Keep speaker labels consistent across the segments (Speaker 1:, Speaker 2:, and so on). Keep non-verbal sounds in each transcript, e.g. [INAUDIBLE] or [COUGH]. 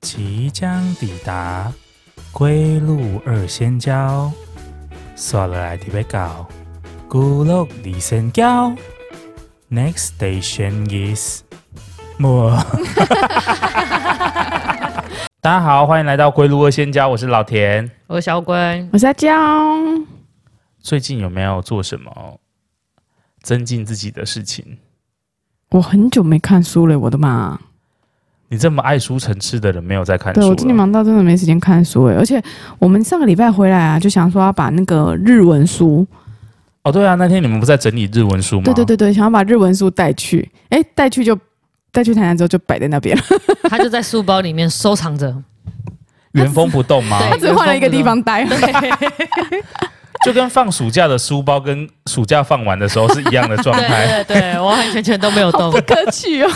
Speaker 1: 即将抵达归路二仙交，刷了来特别高，孤路二仙交。Next station is 莫。大家好，欢迎来到归路二仙交，我是老田。
Speaker 2: 我是小关，
Speaker 3: 我是阿娇，
Speaker 1: 最近有没有做什么增进自己的事情？
Speaker 3: 我很久没看书了，我的妈！
Speaker 1: 你这么爱书成痴的人，没有在看书
Speaker 3: 对
Speaker 1: 了
Speaker 3: 我最近忙到真的没时间看书哎，而且我们上个礼拜回来啊，就想说要把那个日文书，
Speaker 1: 哦，对啊，那天你们不是在整理日文书吗？
Speaker 3: 对对，对对，想要把日文书带去，哎，带去就带去台南之后就摆在
Speaker 1: [LAUGHS]
Speaker 3: 那边了，
Speaker 2: 他就在书包里面收藏着。
Speaker 1: 原封不动吗？
Speaker 2: 对
Speaker 3: 他只换了一个地方待。
Speaker 1: [LAUGHS] 就跟放暑假的书包跟暑假放完的时候是一样的状
Speaker 2: 对
Speaker 3: [LAUGHS]
Speaker 1: 态。
Speaker 2: 对对，我完全全都没有动
Speaker 3: 不。可取哦！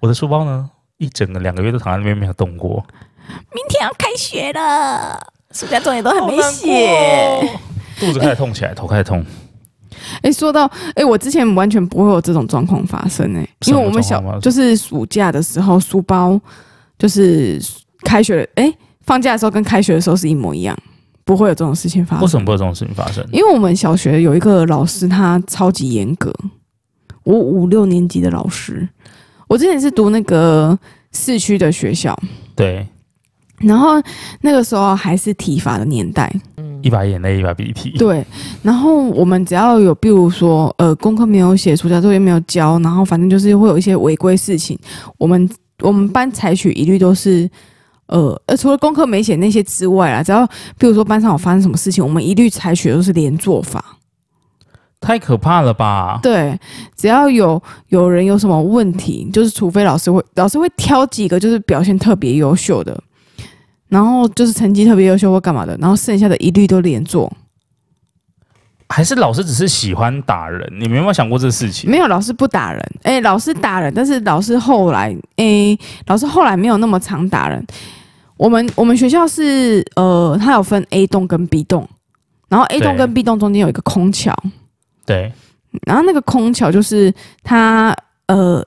Speaker 1: 我的书包呢，一整个两个月都躺在那边没有动过，
Speaker 3: 明天要开学了，暑假作业都还没
Speaker 1: 好
Speaker 3: 写
Speaker 1: 难。过哦肚子开始痛起来，头开始痛。
Speaker 3: 哎、说到哎、我之前完全不会有这种状况发生哎、
Speaker 1: 什
Speaker 3: 因
Speaker 1: 么
Speaker 3: 为我
Speaker 1: 状
Speaker 3: 们小
Speaker 1: 况发生
Speaker 3: 就是暑假的时候，书包就是开学哎、放假的时候跟开学的时候是一模一样，不会有这种事情发
Speaker 1: 为
Speaker 3: 生。
Speaker 1: 什么会有这种事情发生？
Speaker 3: 因为我们小学有一个老师，他超级严格，我五六年级的老师，我之前是读那个市区的学校，
Speaker 1: 对，
Speaker 3: 然后那个时候还是体罚的年代，
Speaker 1: 一把眼泪一把鼻涕。
Speaker 3: 嗯对，然后我们只要有，比如说，呃，功课没有写，暑假作业没有交，然后反正就是会有一些违规事情，我们我们班采取一律都是，呃呃，除了功课没写那些之外啦，只要比如说班上有发生什么事情，我们一律采取的都是连坐法。
Speaker 1: 太可怕了吧！
Speaker 3: 对，只要有有人有什么问题，就是除非老师会老师会挑几个就是表现特别优秀的，然后就是成绩特别优秀或干嘛的，然后剩下的一律都连坐。
Speaker 1: 还是老师只是喜欢打人，你们有没有想过这事情？
Speaker 3: 没有，老师不打人。哎、老师打人，但是老师后来，哎、老师后来没有那么常打人。我们我们学校是呃，它有分 A 栋跟 B 栋，然后 A
Speaker 1: 对
Speaker 3: 栋跟 B 栋中间有一个空桥，
Speaker 1: 对，
Speaker 3: 然后那个空桥就是它呃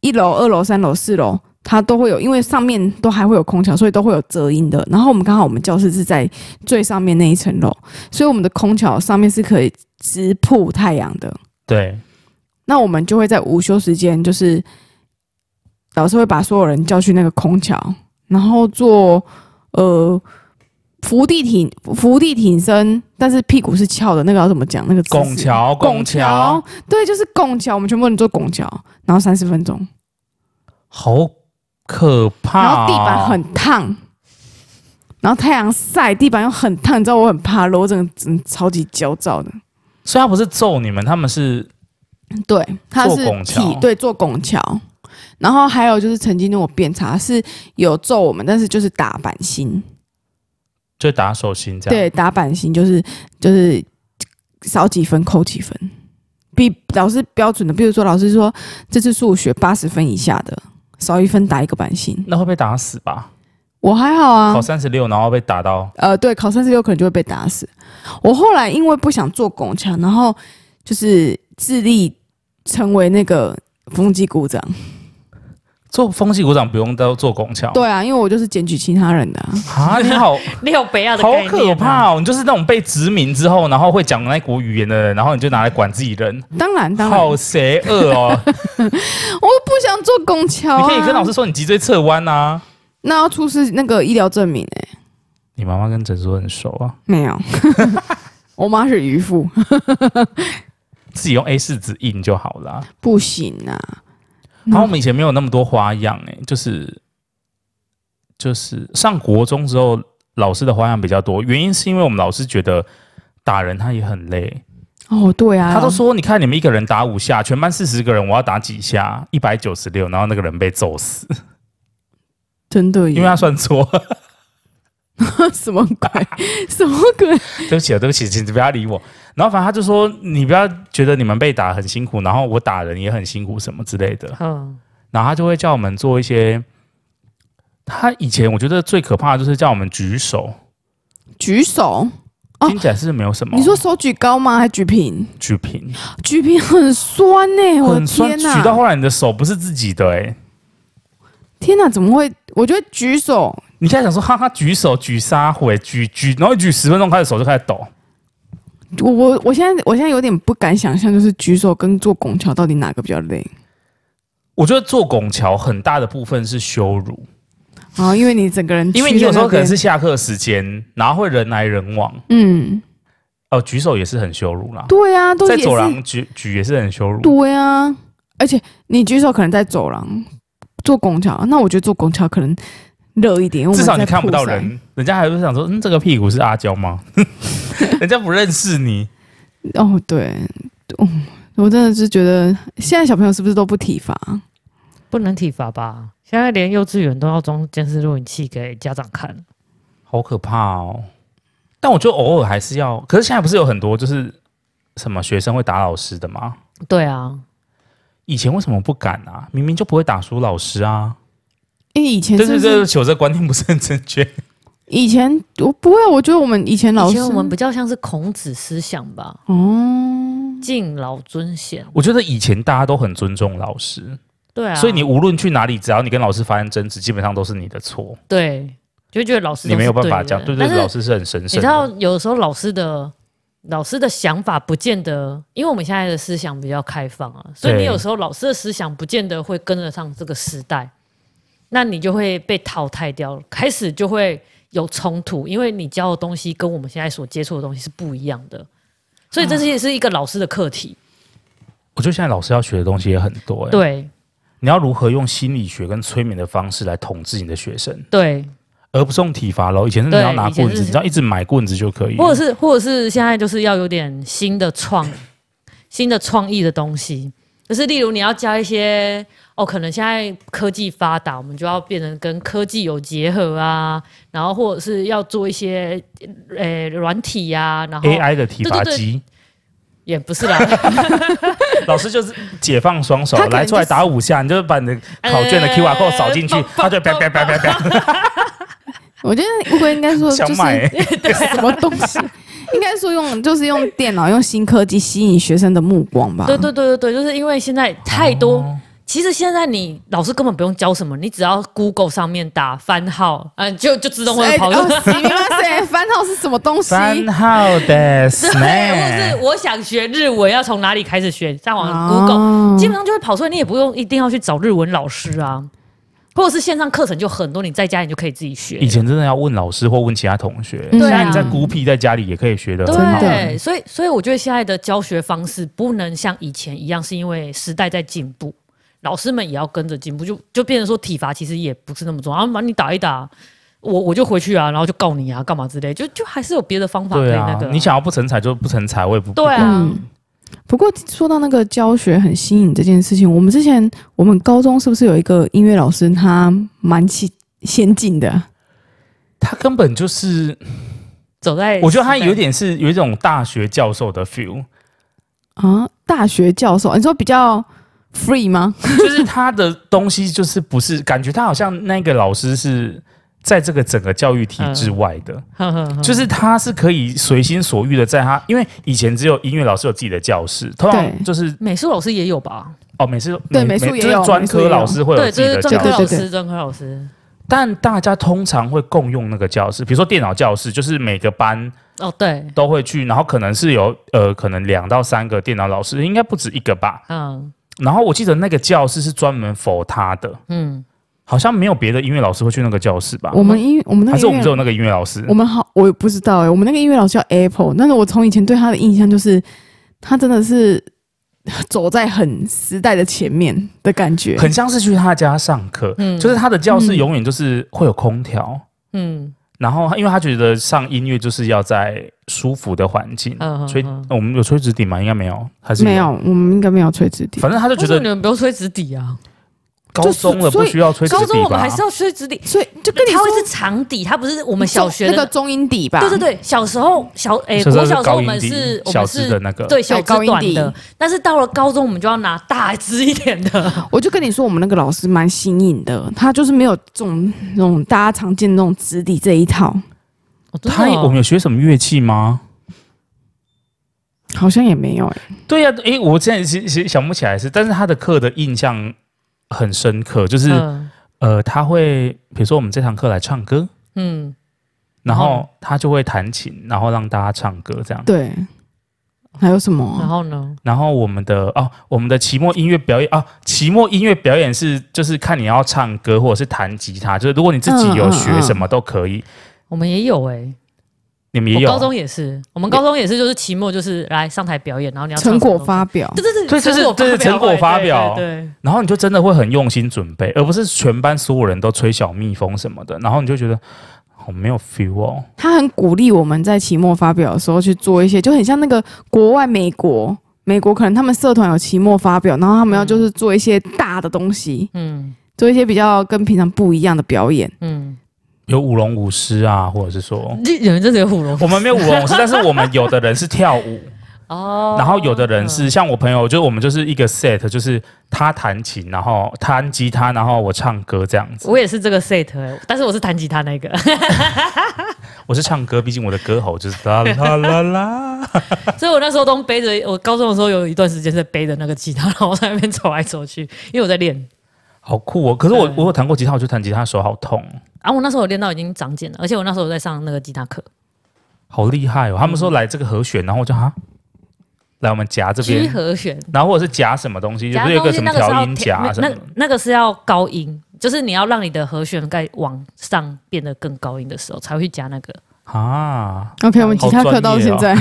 Speaker 3: 一楼、二楼、三楼、四楼，它都会有，因为上面都还会有空桥，所以都会有遮阴的。然后我们刚好我们教室是在最上面那一层楼，所以我们的空桥上面是可以直曝太阳的。
Speaker 1: 对，
Speaker 3: 那我们就会在午休时间，就是老师会把所有人叫去那个空桥，然后做呃伏地挺伏地挺身，但是屁股是翘的，那个要怎么讲？那个姿势
Speaker 1: 拱，桥，
Speaker 3: 拱
Speaker 1: 桥
Speaker 3: 桥，，对，就是拱桥，我们全部人做拱桥，然后三十分钟，
Speaker 1: 好可怕、哦！
Speaker 3: 然后地板很烫。然后太阳晒，地板又很烫，你知道我很怕热，我整个真的超级焦躁的。
Speaker 1: 所以他不是揍你们，他们是
Speaker 3: 对，它
Speaker 1: 做
Speaker 3: 是
Speaker 1: 拱
Speaker 3: 体
Speaker 1: 桥
Speaker 3: 对做拱桥，然后还有就是曾经那种变差是有揍我们，但是就是打板心，
Speaker 1: 就打手心这样。
Speaker 3: 对，打板心就是就是少几分扣几分，比老师标准的，比如说老师说这次数学八十分以下的，少一分打一个板心，
Speaker 1: 那会被打死吧？
Speaker 3: 我还好啊
Speaker 1: 考，三十六，然后被打到
Speaker 3: 呃，对，考三十六可能就会被打死。我后来因为不想做拱桥，然后就是致力成为那个风纪股长。
Speaker 1: 做风纪股长，不用到做拱桥。
Speaker 3: 对啊，因为我就是检举其他人的、啊。
Speaker 1: 啊，你
Speaker 2: [LAUGHS]
Speaker 1: 好
Speaker 2: 你有北亚的
Speaker 1: 好
Speaker 2: 概念、啊
Speaker 1: 可怕！哦！你就是那种被殖民之后，然后会讲那国语言的人，然后你就拿来管自己人，
Speaker 3: 当然，当然，我
Speaker 1: 好邪恶
Speaker 3: [LAUGHS]
Speaker 1: 哦！
Speaker 3: 不想做拱桥、
Speaker 1: 你
Speaker 3: 啊。
Speaker 1: 可以跟老师，说你脊椎侧弯
Speaker 3: 哦
Speaker 1: 啊。
Speaker 3: 那要出示那个医疗证明哎、
Speaker 1: 你妈妈跟诊所很熟啊，
Speaker 3: 没有， [LAUGHS] 我妈是渔夫，
Speaker 1: 自己用 A 四纸印就好啦。
Speaker 3: 不行啊。
Speaker 1: 然后我们以前没有那么多花样、欸，就是就是上国中之后，老师的花样比较多。原因是因为我们老师觉得打人他也很累，
Speaker 3: 哦，对啊，
Speaker 1: 他都说：“你看你们一个人打五下，全班四十个人，我要打几下？一百九十六。”然后那个人被揍死，
Speaker 3: 真的耶，
Speaker 1: 因为他算错。 [LAUGHS]
Speaker 3: [LAUGHS] 什么鬼，什么鬼？
Speaker 1: 对不起啊，对不起，请不要理我。然后反正他就说：“你不要觉得你们被打很辛苦，然后我打人也很辛苦，什么之类的。”
Speaker 2: 嗯，
Speaker 1: 然后他就会叫我们做一些。他以前我觉得最可怕的就是叫我们举手，
Speaker 3: 举手，哦
Speaker 1: 听起来是没有什么。
Speaker 3: 你说手举高吗？还举平？
Speaker 1: 举平，
Speaker 3: 举平很酸呢、我的
Speaker 1: 很酸，
Speaker 3: 天啊
Speaker 1: 举
Speaker 3: 哪、
Speaker 1: 欸到后来你的手不是自己的哎、
Speaker 3: 天哪，怎么会？我觉得举手
Speaker 1: 你现在想说，哈哈，举手举杀回举举，然后举十分钟，开始手就开始抖。
Speaker 3: 我我我现在我现在有点不敢想象，就是举手跟做拱桥到底哪个比较累
Speaker 1: 我觉得做拱桥很大的部分是羞辱，
Speaker 3: 啊？因为你整个人，
Speaker 1: 因为你有时候可能是下课时间，然后会人来人往。
Speaker 3: 嗯，
Speaker 1: 哦，举手也是很羞辱啦，
Speaker 3: 对啊，都
Speaker 1: 在
Speaker 3: 也是
Speaker 1: 走廊举举也是很羞辱。
Speaker 3: 对啊，而且你举手可能在走廊做拱桥，那我觉得做拱桥可能热一点，因为我们
Speaker 1: 至少你
Speaker 3: 在
Speaker 1: 看不
Speaker 3: 曝
Speaker 1: 到
Speaker 3: 晒。
Speaker 1: 人，人家还会想说，嗯，这个屁股是阿娇
Speaker 3: [LAUGHS]
Speaker 1: 吗？人家不认识你。
Speaker 3: 哦，对，嗯，我真的是觉得现在小朋友是不是都不体罚？
Speaker 2: 不能体罚吧？现在连幼稚园都要装监视录影器给家长看，
Speaker 1: 好可怕哦！但我觉得偶尔还是要，可是现在不是有很多就是什么学生会打老师的吗？
Speaker 2: 对啊，
Speaker 1: 以前为什么不敢啊？明明就不会打输老师啊！
Speaker 3: 因为以前
Speaker 1: 对
Speaker 3: 是不
Speaker 1: 对
Speaker 3: 是
Speaker 1: 对，求这观念不是很正确。
Speaker 3: 以前我不会，啊我觉得我们以前老
Speaker 2: 以
Speaker 3: 师
Speaker 2: 前我们比较像是孔子思想吧，
Speaker 3: 哦，
Speaker 2: 敬老尊贤，
Speaker 1: 我觉得以前大家都很尊重老师，
Speaker 2: 对啊，
Speaker 1: 所以你无论去哪里，只要你跟老师发生争执，基本上都是你的错，
Speaker 2: 对就觉得老师
Speaker 1: 你没有办法这
Speaker 2: 讲
Speaker 1: 样。，对对，
Speaker 2: 但
Speaker 1: 老
Speaker 2: 是
Speaker 1: 师是很神
Speaker 2: 你
Speaker 1: 圣
Speaker 2: 知道
Speaker 1: 的。
Speaker 2: 有时候老师的。老师的想法不见得，因为我们现在的思想比较开放啊，所以
Speaker 1: 对
Speaker 2: 你有时候老师的思想不见得会跟得上这个时代，那你就会被淘汰掉了，开始就会有冲突，因为你教的东西跟我们现在所接触的东西是不一样的，所以这是也是一个老师的课题。
Speaker 1: 我觉得现在老师要学的东西也很多、欸，
Speaker 2: 对
Speaker 1: 你要如何用心理学跟催眠的方式来统治你的学生，
Speaker 2: 对，
Speaker 1: 而不是用体罚喽。以前是你
Speaker 2: 对
Speaker 1: 要拿
Speaker 2: 以前
Speaker 1: 棍
Speaker 2: 是
Speaker 1: 子，你只要一直买棍子就可以了，
Speaker 2: 或者是或者是现在就是要有点新的创新的创意的东西，就是例如你要加一些哦，可能现在科技发达，我们就要变成跟科技有结合啊，然后或者是要做一些呃软体呀、然后
Speaker 1: AI 的体罚
Speaker 2: 对对对
Speaker 1: 机，
Speaker 2: 也不是啦， [LAUGHS]
Speaker 1: 老师就是解放双手
Speaker 3: 他，可能
Speaker 1: 来出来打五下，你就把你的考卷的
Speaker 2: 呃
Speaker 1: QR code 扫进去
Speaker 2: 嘣，
Speaker 1: 他就啪啪啪啪啪，
Speaker 3: 我觉得乌龟应该
Speaker 1: [LAUGHS]
Speaker 3: 说就
Speaker 1: 想
Speaker 3: 是 [LAUGHS]
Speaker 1: 买欸。
Speaker 3: 什么东西，应该说用就是用电脑用新科技吸引学生的目光吧。
Speaker 2: 对对对对对，就是因为现在太多。其实现在你老师根本不用教什么，你只要 Google 上面打番号，嗯、就就自动会
Speaker 3: 哎，
Speaker 2: 跑
Speaker 3: 哦，
Speaker 2: 出来。
Speaker 3: 死你妈塞，番号是什么东西？
Speaker 1: 三号的 s
Speaker 2: [LAUGHS] 对，或是
Speaker 1: n
Speaker 2: 我想学日文，要从哪里开始学？上网 Google，、
Speaker 3: 哦
Speaker 2: 基本上就会跑出来，你也不用一定要去找日文老师啊，或者是线上课程就很多，你在家你就可以自己
Speaker 1: 以
Speaker 2: 学。
Speaker 1: 前真的要问老师或问其他同学，现
Speaker 3: 嗯
Speaker 2: 对啊
Speaker 1: 在你在孤僻在家里也可以学得很好。
Speaker 3: 真
Speaker 2: 对，所以所以我觉得现在的教学方式不能像以前一样，是因为时代在进步，老师们也要跟着进步，就就变成说体罚其实也不是那么重要，然后把你打一打，我我就回去啊，然后就告你啊，干嘛之类，就就还是有别的方法可以
Speaker 1: 对
Speaker 2: 那
Speaker 1: 啊
Speaker 2: 个啊、，
Speaker 1: 你想要不成才就不成才，我也不
Speaker 2: 对啊
Speaker 3: 嗯。不过说到那个教学很新颖这件事情，我们之前我们高中是不是有一个音乐老师，他蛮起先进的？
Speaker 1: 他根本就是，
Speaker 2: 走在，
Speaker 1: 我觉得他有。点是有一种大学教授的 feel， [LAUGHS]
Speaker 3: 啊，大学教授，啊你说比较 free 吗？
Speaker 1: 就是他的东西就是不是感觉他好像那个老师是在这个整个教育体制外的。
Speaker 2: [LAUGHS] 呵呵呵
Speaker 1: 就是他是可以随心所欲的在他，因为以前只有音乐老师有自己的教室，通
Speaker 3: 对
Speaker 1: 常就是
Speaker 2: 美术老师也有吧？
Speaker 1: 哦，美术
Speaker 3: 对
Speaker 1: 美
Speaker 3: 美术也
Speaker 1: 就是
Speaker 3: 有
Speaker 1: 专
Speaker 3: 美术也
Speaker 1: 科
Speaker 3: 有
Speaker 1: 老师会有
Speaker 2: 对，
Speaker 1: 自己
Speaker 2: 就
Speaker 1: 的
Speaker 2: 是
Speaker 1: 教
Speaker 2: 专科
Speaker 1: 室，
Speaker 2: 老
Speaker 3: 对对
Speaker 2: 师，专科老师。
Speaker 1: 但大家通常会共用那个教室，比如说电脑教室，就是每个班
Speaker 2: 哦，对，
Speaker 1: 都会去，然后可能是有呃，可能两到三个电脑老师，应该不止一个吧。
Speaker 2: 嗯
Speaker 1: 然后我记得那个教室是专门否他的，
Speaker 2: 嗯，
Speaker 1: 好像没有别的音乐老师会去那个教室吧？
Speaker 3: 我们音我们
Speaker 1: 嗯
Speaker 3: 那
Speaker 1: 还
Speaker 3: 个
Speaker 1: 是我
Speaker 3: 音
Speaker 1: 们
Speaker 3: 乐
Speaker 1: 只有那个音乐老师
Speaker 3: 我？们好，我也不知道哎、我们那个音乐老师叫 Apple，但是我从以前对他的印象就是，他真的是走在很时代的前面的感觉。
Speaker 1: 很像是去他家上课，
Speaker 2: 嗯
Speaker 1: 就是他的教室永远就是会有空调。
Speaker 2: 嗯
Speaker 1: 然后，因为他觉得上音乐就是要在舒服的环境，
Speaker 2: 嗯嗯
Speaker 1: 所以哦我
Speaker 2: 嗯
Speaker 1: 们有吹纸笛吗？应该没有，还是
Speaker 3: 没有，？我们应该没有吹纸笛。
Speaker 1: 反正他就觉
Speaker 2: 为什么你
Speaker 1: 得
Speaker 2: 们不用吹纸笛啊？
Speaker 1: 高中了
Speaker 3: 所
Speaker 1: 不
Speaker 3: 以
Speaker 1: 需要吹纸
Speaker 2: 高中
Speaker 1: 笛
Speaker 2: 我
Speaker 1: 吧
Speaker 2: 们还？是要吹纸笛，
Speaker 3: 所以就跟你
Speaker 2: 它
Speaker 3: 说，
Speaker 2: 会是长笛，它不是我
Speaker 3: 我
Speaker 2: 们小学
Speaker 3: 那
Speaker 2: 的。
Speaker 3: 个中音底吧？
Speaker 2: 对对对，小时候小诶，
Speaker 1: 哎小时候
Speaker 2: 我
Speaker 1: 是
Speaker 2: 小时候
Speaker 1: 高
Speaker 2: 我
Speaker 1: 音
Speaker 2: 们
Speaker 1: 笛
Speaker 2: 是，我
Speaker 1: 小
Speaker 2: 们
Speaker 1: 支的
Speaker 2: 是
Speaker 1: 那个，
Speaker 2: 对小
Speaker 3: 对
Speaker 2: 支
Speaker 3: 高音
Speaker 2: 短
Speaker 3: 笛
Speaker 2: 的，但是到了高中我们就要拿大支一点 [LAUGHS] 的。
Speaker 3: 我就跟你说，我们那个老师蛮新颖的，他就是没有这种那种大家常见的那种纸笛这一套，
Speaker 2: 哦
Speaker 1: 他我们有学什么乐器吗？
Speaker 3: 好像也没有哎、
Speaker 1: 对呀、诶，我现在其实其实想不起来是，但是他的课的印象很深刻，就是
Speaker 2: 嗯
Speaker 1: 呃，他会比如说我们这堂课来唱歌，
Speaker 2: 嗯，
Speaker 1: 然
Speaker 2: 然后
Speaker 1: 后他就会弹琴，然后让大家唱歌这样。
Speaker 3: 对，还有什么
Speaker 2: 然
Speaker 3: 啊？
Speaker 2: 后呢？
Speaker 1: 然后我们的哦，我们的期末音乐表演啊，期末音乐表演是就是看你要唱歌或者是弹吉他，就是如果你自己有
Speaker 3: 嗯嗯
Speaker 1: 学
Speaker 3: 嗯
Speaker 1: 什么都可以。
Speaker 2: 我们也有哎、
Speaker 1: 你们也
Speaker 2: 我
Speaker 1: 有
Speaker 2: 高中也是，我们高中也是，就是期末就是来上台表演，然后你要唱
Speaker 3: 成果
Speaker 2: 什么东
Speaker 3: 发表
Speaker 2: 西，，对对
Speaker 1: 对
Speaker 2: 对，
Speaker 1: 这是这是
Speaker 2: 成
Speaker 1: 成果
Speaker 2: 果
Speaker 1: 发
Speaker 2: 发
Speaker 1: 表
Speaker 2: 表对，对对
Speaker 1: 然后你就真的会很用心准备，而不是全班所有人都吹小蜜蜂什么的，然后你就觉得好没有 feel 哦。
Speaker 3: 他很鼓励我们在期末发表的时候去做一些，就很像那个国外美国，美国可能他们社团有期末发表，然后他们要就是做一些大的东西，
Speaker 2: 嗯
Speaker 3: 做一些比较跟平常不一样的表演。
Speaker 1: [LAUGHS]
Speaker 2: 嗯，
Speaker 1: 有舞龙舞狮啊，或者是
Speaker 2: [LAUGHS]
Speaker 1: 说
Speaker 2: 日有人真的有虎龙
Speaker 1: 我们没有舞龙舞狮，但是我们有的人是跳舞，
Speaker 2: 哦，
Speaker 1: 然后有的人是像我朋友，就是我们就是一个 set，就是他弹琴，然后弹吉他，然后我唱歌这样子。
Speaker 2: 我也是这个 set，、欸、但是我是弹吉他那个， [LAUGHS]
Speaker 1: 我是唱歌，毕竟我的歌喉就是啦啦啦
Speaker 2: [LAUGHS]
Speaker 1: 啦。
Speaker 2: 所以我那时候都背着，我高中的时候有一段时间是背着那个吉他，然后在那边走来走去，因为我在练。
Speaker 1: 好酷哦！可是我
Speaker 2: 对
Speaker 1: 我有弹过吉他，我就弹吉他手好痛，
Speaker 2: 啊，我那时候有练到已经长茧了，而且我那时候有在上那个吉他课，
Speaker 1: 好厉害哦！他们说来这个和弦，然后我就哈，来我们夹这边
Speaker 2: 居和弦，
Speaker 1: 然后或者是夹什么东西，就
Speaker 2: 夹
Speaker 1: 是有
Speaker 2: 东
Speaker 1: 个
Speaker 2: 西
Speaker 1: 什
Speaker 2: 那
Speaker 1: 么
Speaker 2: 个是
Speaker 1: 调
Speaker 2: 要
Speaker 1: 音夹啊
Speaker 2: 调
Speaker 1: 什
Speaker 2: 那
Speaker 1: 么
Speaker 2: 那
Speaker 1: 的，
Speaker 2: 那个是要高音，就是你要让你的和弦盖往上变得更高音的时候才会去夹那个。
Speaker 1: 啊，
Speaker 3: OK，我们
Speaker 1: 好
Speaker 3: 吉他课
Speaker 1: 专
Speaker 3: 到
Speaker 1: 业
Speaker 3: 现
Speaker 1: 哦
Speaker 3: 在，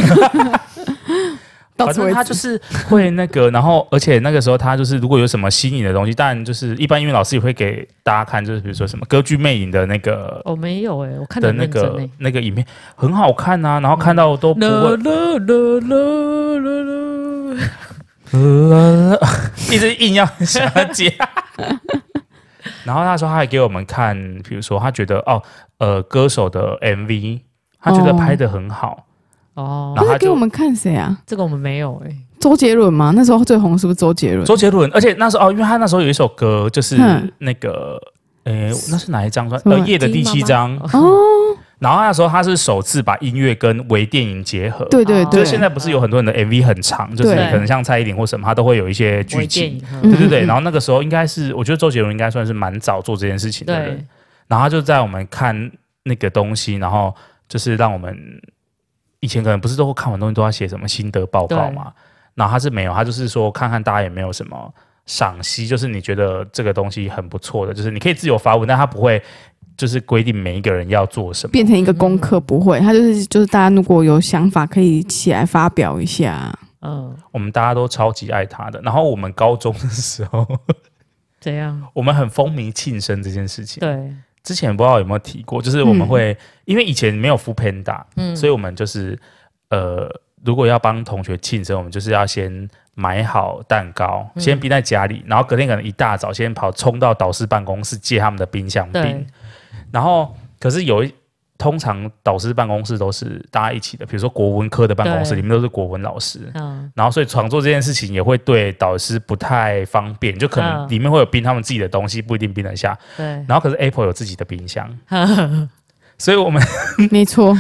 Speaker 3: [LAUGHS] 到
Speaker 1: 反
Speaker 3: 此
Speaker 1: 正
Speaker 3: 为
Speaker 1: 他
Speaker 3: 止
Speaker 1: 就。是会那个， [LAUGHS] 然后而且那个时候他就是如果有什么吸引的东西，但就是一般音乐老师也会给大家看，就是比如说什么《歌剧魅影》的那个
Speaker 2: 我、没有哎、我看
Speaker 1: 的
Speaker 2: 的
Speaker 1: 那
Speaker 2: 认真哎、
Speaker 1: 个那个影片很好看啊，然后看到都不
Speaker 2: 啦
Speaker 1: 会
Speaker 2: 啦啦啦啦啦，
Speaker 1: 一直硬要想要
Speaker 2: [LAUGHS]
Speaker 1: 接。然后那时候他还给我们看，比如说他觉得哦，呃，歌手的 MV，他觉得
Speaker 3: 哦
Speaker 1: 拍的很好，
Speaker 2: 哦，
Speaker 1: 然后
Speaker 3: 他
Speaker 1: 他
Speaker 3: 给
Speaker 1: 就
Speaker 3: 我们看谁啊？
Speaker 2: 这个我们没有哎、
Speaker 3: 周杰伦吗？那时候最红是不是周杰伦？
Speaker 1: 周杰伦，而且那时候哦，因为他那时候有一首歌，就是
Speaker 3: 嗯
Speaker 1: 那个，诶、那是哪一张专？
Speaker 3: 什么
Speaker 1: 呃，夜的第七章。
Speaker 3: 哦，
Speaker 1: 然后那时候他是首次把音乐跟微电影结合。。
Speaker 3: 对对
Speaker 2: 哦
Speaker 1: 就
Speaker 3: 对，嗯
Speaker 1: 是现在不是有很多人的 MV 很长，就是
Speaker 3: 对
Speaker 1: 可能像蔡依林或什么，他都会有一些剧
Speaker 2: 微电
Speaker 1: 情。对
Speaker 2: 影，嗯
Speaker 1: 对对。
Speaker 3: 嗯嗯
Speaker 1: 然后那个时候应该是，我觉得周杰伦应该算是蛮早做这件事情的人
Speaker 2: 对。，
Speaker 1: 然后他就在我们看那个东西，然后就是让我们以前可能不是都会看完东西都要写什么心得报告嘛，然后他是没有，他就是说看看大家有没有什么赏析，就是你觉得这个东西很不错的，就是你可以自由发文，但他不会就是规定每一个人要做什么。
Speaker 3: 变成一个功课，不会，他就是就是大家如果有想法可以起来发表
Speaker 2: [LAUGHS]
Speaker 3: 一下。
Speaker 2: 嗯，
Speaker 1: 我们大家都超级爱他的。然后我们高中的时候，
Speaker 2: 怎样？
Speaker 1: 我们很风靡庆生这件事情。
Speaker 2: 对，
Speaker 1: 之前不知道有没有提过，就是我们
Speaker 3: 嗯
Speaker 1: 会、因为以前没有 f o o Panda，
Speaker 2: 嗯，
Speaker 1: 所以我们就是呃，如果要帮同学庆生，我们就是要先买好蛋糕，
Speaker 2: 嗯
Speaker 1: 先冰在家里，然后隔天可能一大早先跑冲到导师办公室借他们的冰箱冰
Speaker 2: 对，
Speaker 1: 然后可是有一。通常导师办公室都是大家一起的，比如说国文科的办公室里
Speaker 2: 对
Speaker 1: 面都是国文老师，
Speaker 2: 嗯
Speaker 1: 然后所以创作这件事情也会对导师不太方便，就可能
Speaker 2: 嗯
Speaker 1: 里面会有冰他们自己的东西，不一定冰得下。 [LAUGHS]
Speaker 2: 对，
Speaker 1: 然后可是 Apple 有自己的冰箱，所以我们
Speaker 3: 没错，